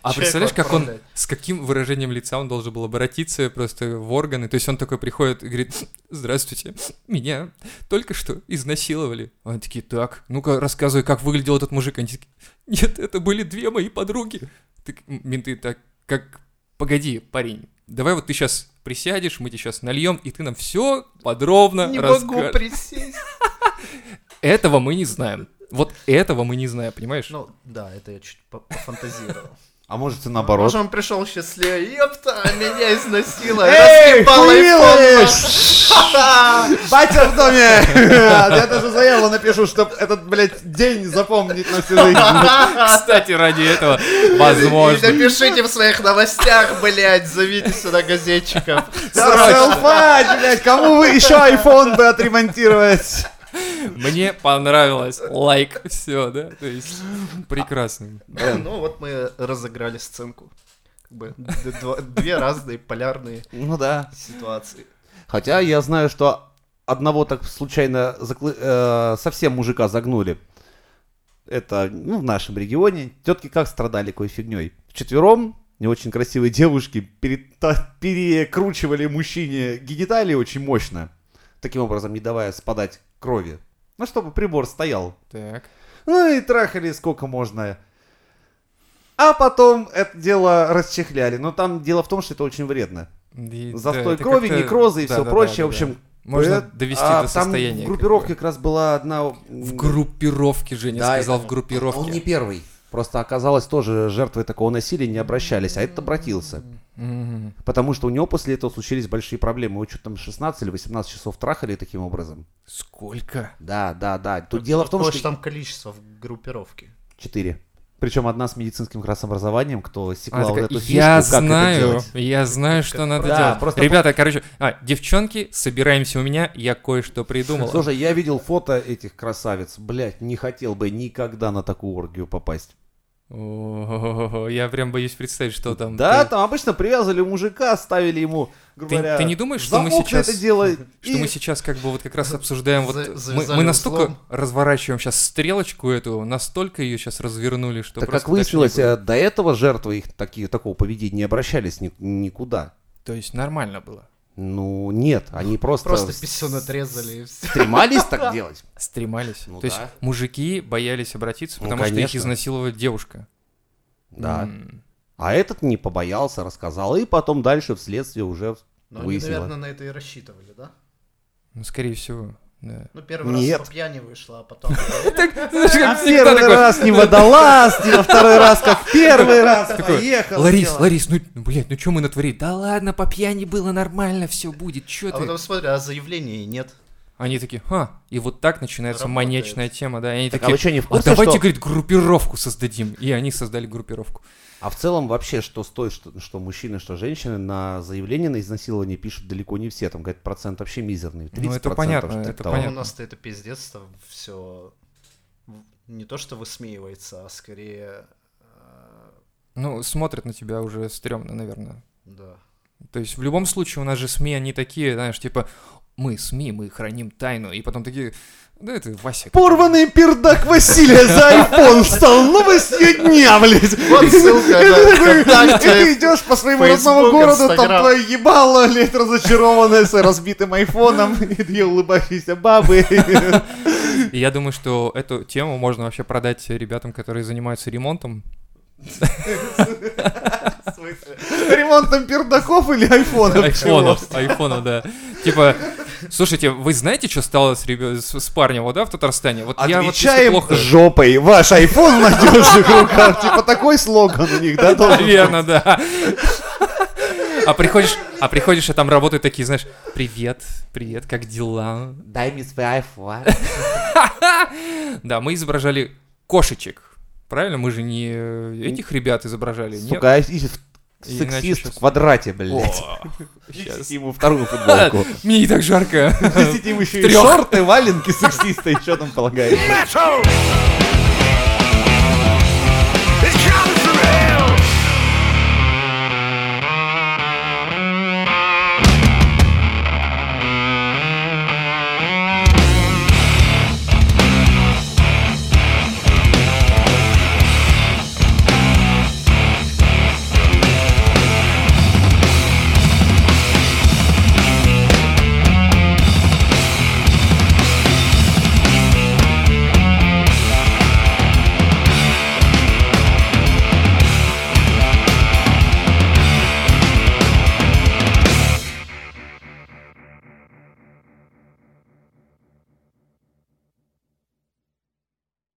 А
Человеку
представляешь, как он,
отправлять.
с каким выражением лица он должен был обратиться просто в органы? То есть он такой приходит и говорит, здравствуйте, меня только что изнасиловали. А Они такие, так, ну-ка рассказывай, как выглядел этот мужик. Они такие, нет, это были две мои подруги. Так, м, менты так, как, погоди, парень, давай вот ты сейчас присядешь, мы тебе сейчас нальем, и ты нам все подробно расскажешь.
присесть.
Этого мы не знаем. Вот этого мы не знаем, понимаешь?
Ну, да, это я чуть по- пофантазировал.
А может и наоборот?
он пришел счастливее, ёпта, меня изнасиловали,
Эй,
раскипал iPhone,
Курилыч!
нахуй.
Батя в доме! Я даже заяву напишу, чтобы этот, блядь, день запомнить на всю жизнь.
Кстати, ради этого,
И
возможно.
напишите в своих новостях, блядь, зовите сюда газетчиков.
Селфач, блядь, кому вы еще iPhone бы отремонтировать?
Мне понравилось. Лайк. Все, да? То есть, прекрасно.
Ну вот мы разыграли сценку. Как бы д- дво- две разные полярные
Ну да.
ситуации.
Хотя я знаю, что одного так случайно заклы- э, совсем мужика загнули. Это ну, в нашем регионе. Тетки как страдали какой фигней. Вчетвером не очень красивые девушки перета- перекручивали мужчине гениталии очень мощно. Таким образом, не давая спадать крови. Ну, чтобы прибор стоял.
Так.
Ну и трахали сколько можно. А потом это дело расчехляли. Но там дело в том, что это очень вредно.
И- да,
Застой
это
крови,
как-то-
некрозы и
да,
все
да,
прочее.
да,
в
да.
общем,
Можно
Э,
довести
а
до
там
состояния. как
В
бы.
группировке как раз была одна...
В группировке, Женя
Да,
сказал,
это-
в группировке.
Он не первый. Просто оказалось тоже жертвы такого насилия не обращались, а этот обратился.
Мгм.
Потому что у него после этого случились большие проблемы. Его что-то там 16 или 18 часов трахали таким образом.
Сколько?
Да, да, да. Тут дело в том,
Какое
что...
ж там количество в группировке.
Четыре. Причем одна с медицинским как раз образованием, кто секла
Она
вот
такая,
эту фишку,
я
как это
знаю,
делать».
я знаю, что надо
правильно.
делать.
Да, просто-
Ребята, короче, а, девчонки, собираемся у меня, я кое-что придумал.
Слушай, я видел фото этих красавиц. Блять, не хотел бы никогда на такую оргию попасть.
О, Я прям боюсь представить, что там.
Да,
Ты-
там обычно привязывали мужика, ставили ему, грубо
Ты-
говоря,
ты не думаешь, что мы
замок на
сейчас-
это дело,
Что
и-
мы сейчас как бы вот как раз обсуждаем, вот
За-
э, мы,
завязали
мы настолько
узлом.
разворачиваем сейчас стрелочку эту, настолько ее сейчас развернули, что
Так
просто
как
дальше
выяснилось,
не будет.
э, до этого жертвы их такие, такого поведения не обращались ни- никуда.
То есть нормально было.
Ну, нет, они просто,
Просто
с-
писюн отрезали и все.
стремались так делать.
Стремались.
Ну
То есть
да.
мужики боялись обратиться,
Ну,
потому что их
конечно.
изнасиловала девушка.
Да.
М.
А этот не побоялся, рассказал, и потом дальше вследствие уже
Ну, они,
выяснило.
наверное, на это и рассчитывали, да?
Ну, скорее всего, да.
Ну, первый
Нет.
раз по пьяни вышло, а потом...
Знаешь, как
А
всегда
первый
такой,
раз не водолаз, не во второй раз как первый раз. Поехал.
Ларис,
сделал».
Ларис, ну, ну, блядь, ну что мы натворили? Да ладно, по пьяни было нормально, все будет, чё
А
ты?
потом смотри, а заявлений нет. А
Они такие, ха, и вот так начинается
Работает.
маньячная тема, да, и они
Так, а
такие,
вы что, не в
вот
курсе,
давайте,
что-
говорит, группировку создадим, и они создали группировку.
А в целом вообще, что стоит, что, что мужчины, что женщины на заявление на изнасилование пишут далеко не все. Там, говорят, процент вообще мизерный. 30%,
Ну, это понятно,
что-то
это
того.
понятно.
У нас-то это пиздец, там все не то что высмеивается, а скорее э,
Ну, смотрят на тебя уже стрёмно, наверное.
да.
То есть в любом случае у нас же СМИ, они такие, знаешь, типа, мы СМИ, мы храним тайну, и потом такие, да это Вася.
Порванный пердак Василия за iPhone стал новостью дня, блядь.
Вот ссылка, да,
И ты такой,
ВКонтакте,
и ты идешь по своему
Facebook,
родному городу,
Instagram.
там твое ебало лет разочарованное с разбитым айфоном, и две улыбающиеся бабы.
И я думаю, что эту тему можно вообще продать ребятам, которые занимаются ремонтом.
Ремонтом пердаков или айфонов?
Айфонов, айфонов, да. Типа, Слушайте, вы знаете, что стало с, ребё- с- с парнем вот, да, в Татарстане? Вот я вот если
Отвечаем
плохо...
жопой. Ваш iPhone в надежных руках. Типа такой слоган у них, да? должен быть?
Наверное, да. А приходишь, а приходишь, а там работают такие, знаешь, привет, привет, как дела?
Дай мне свой iPhone.
Да, мы изображали кошечек. Правильно? Мы же не э, этих ребят изображали. нет?
Сука, а и в-
Иначе
сексист
щас-
в квадрате, блядь.
О, щас.
Несите ему вторую футболку.
Мне и так жарко.
Несите ему еще и
Трёх.
шорты, валенки сексиста, и что там полагается.
Metal!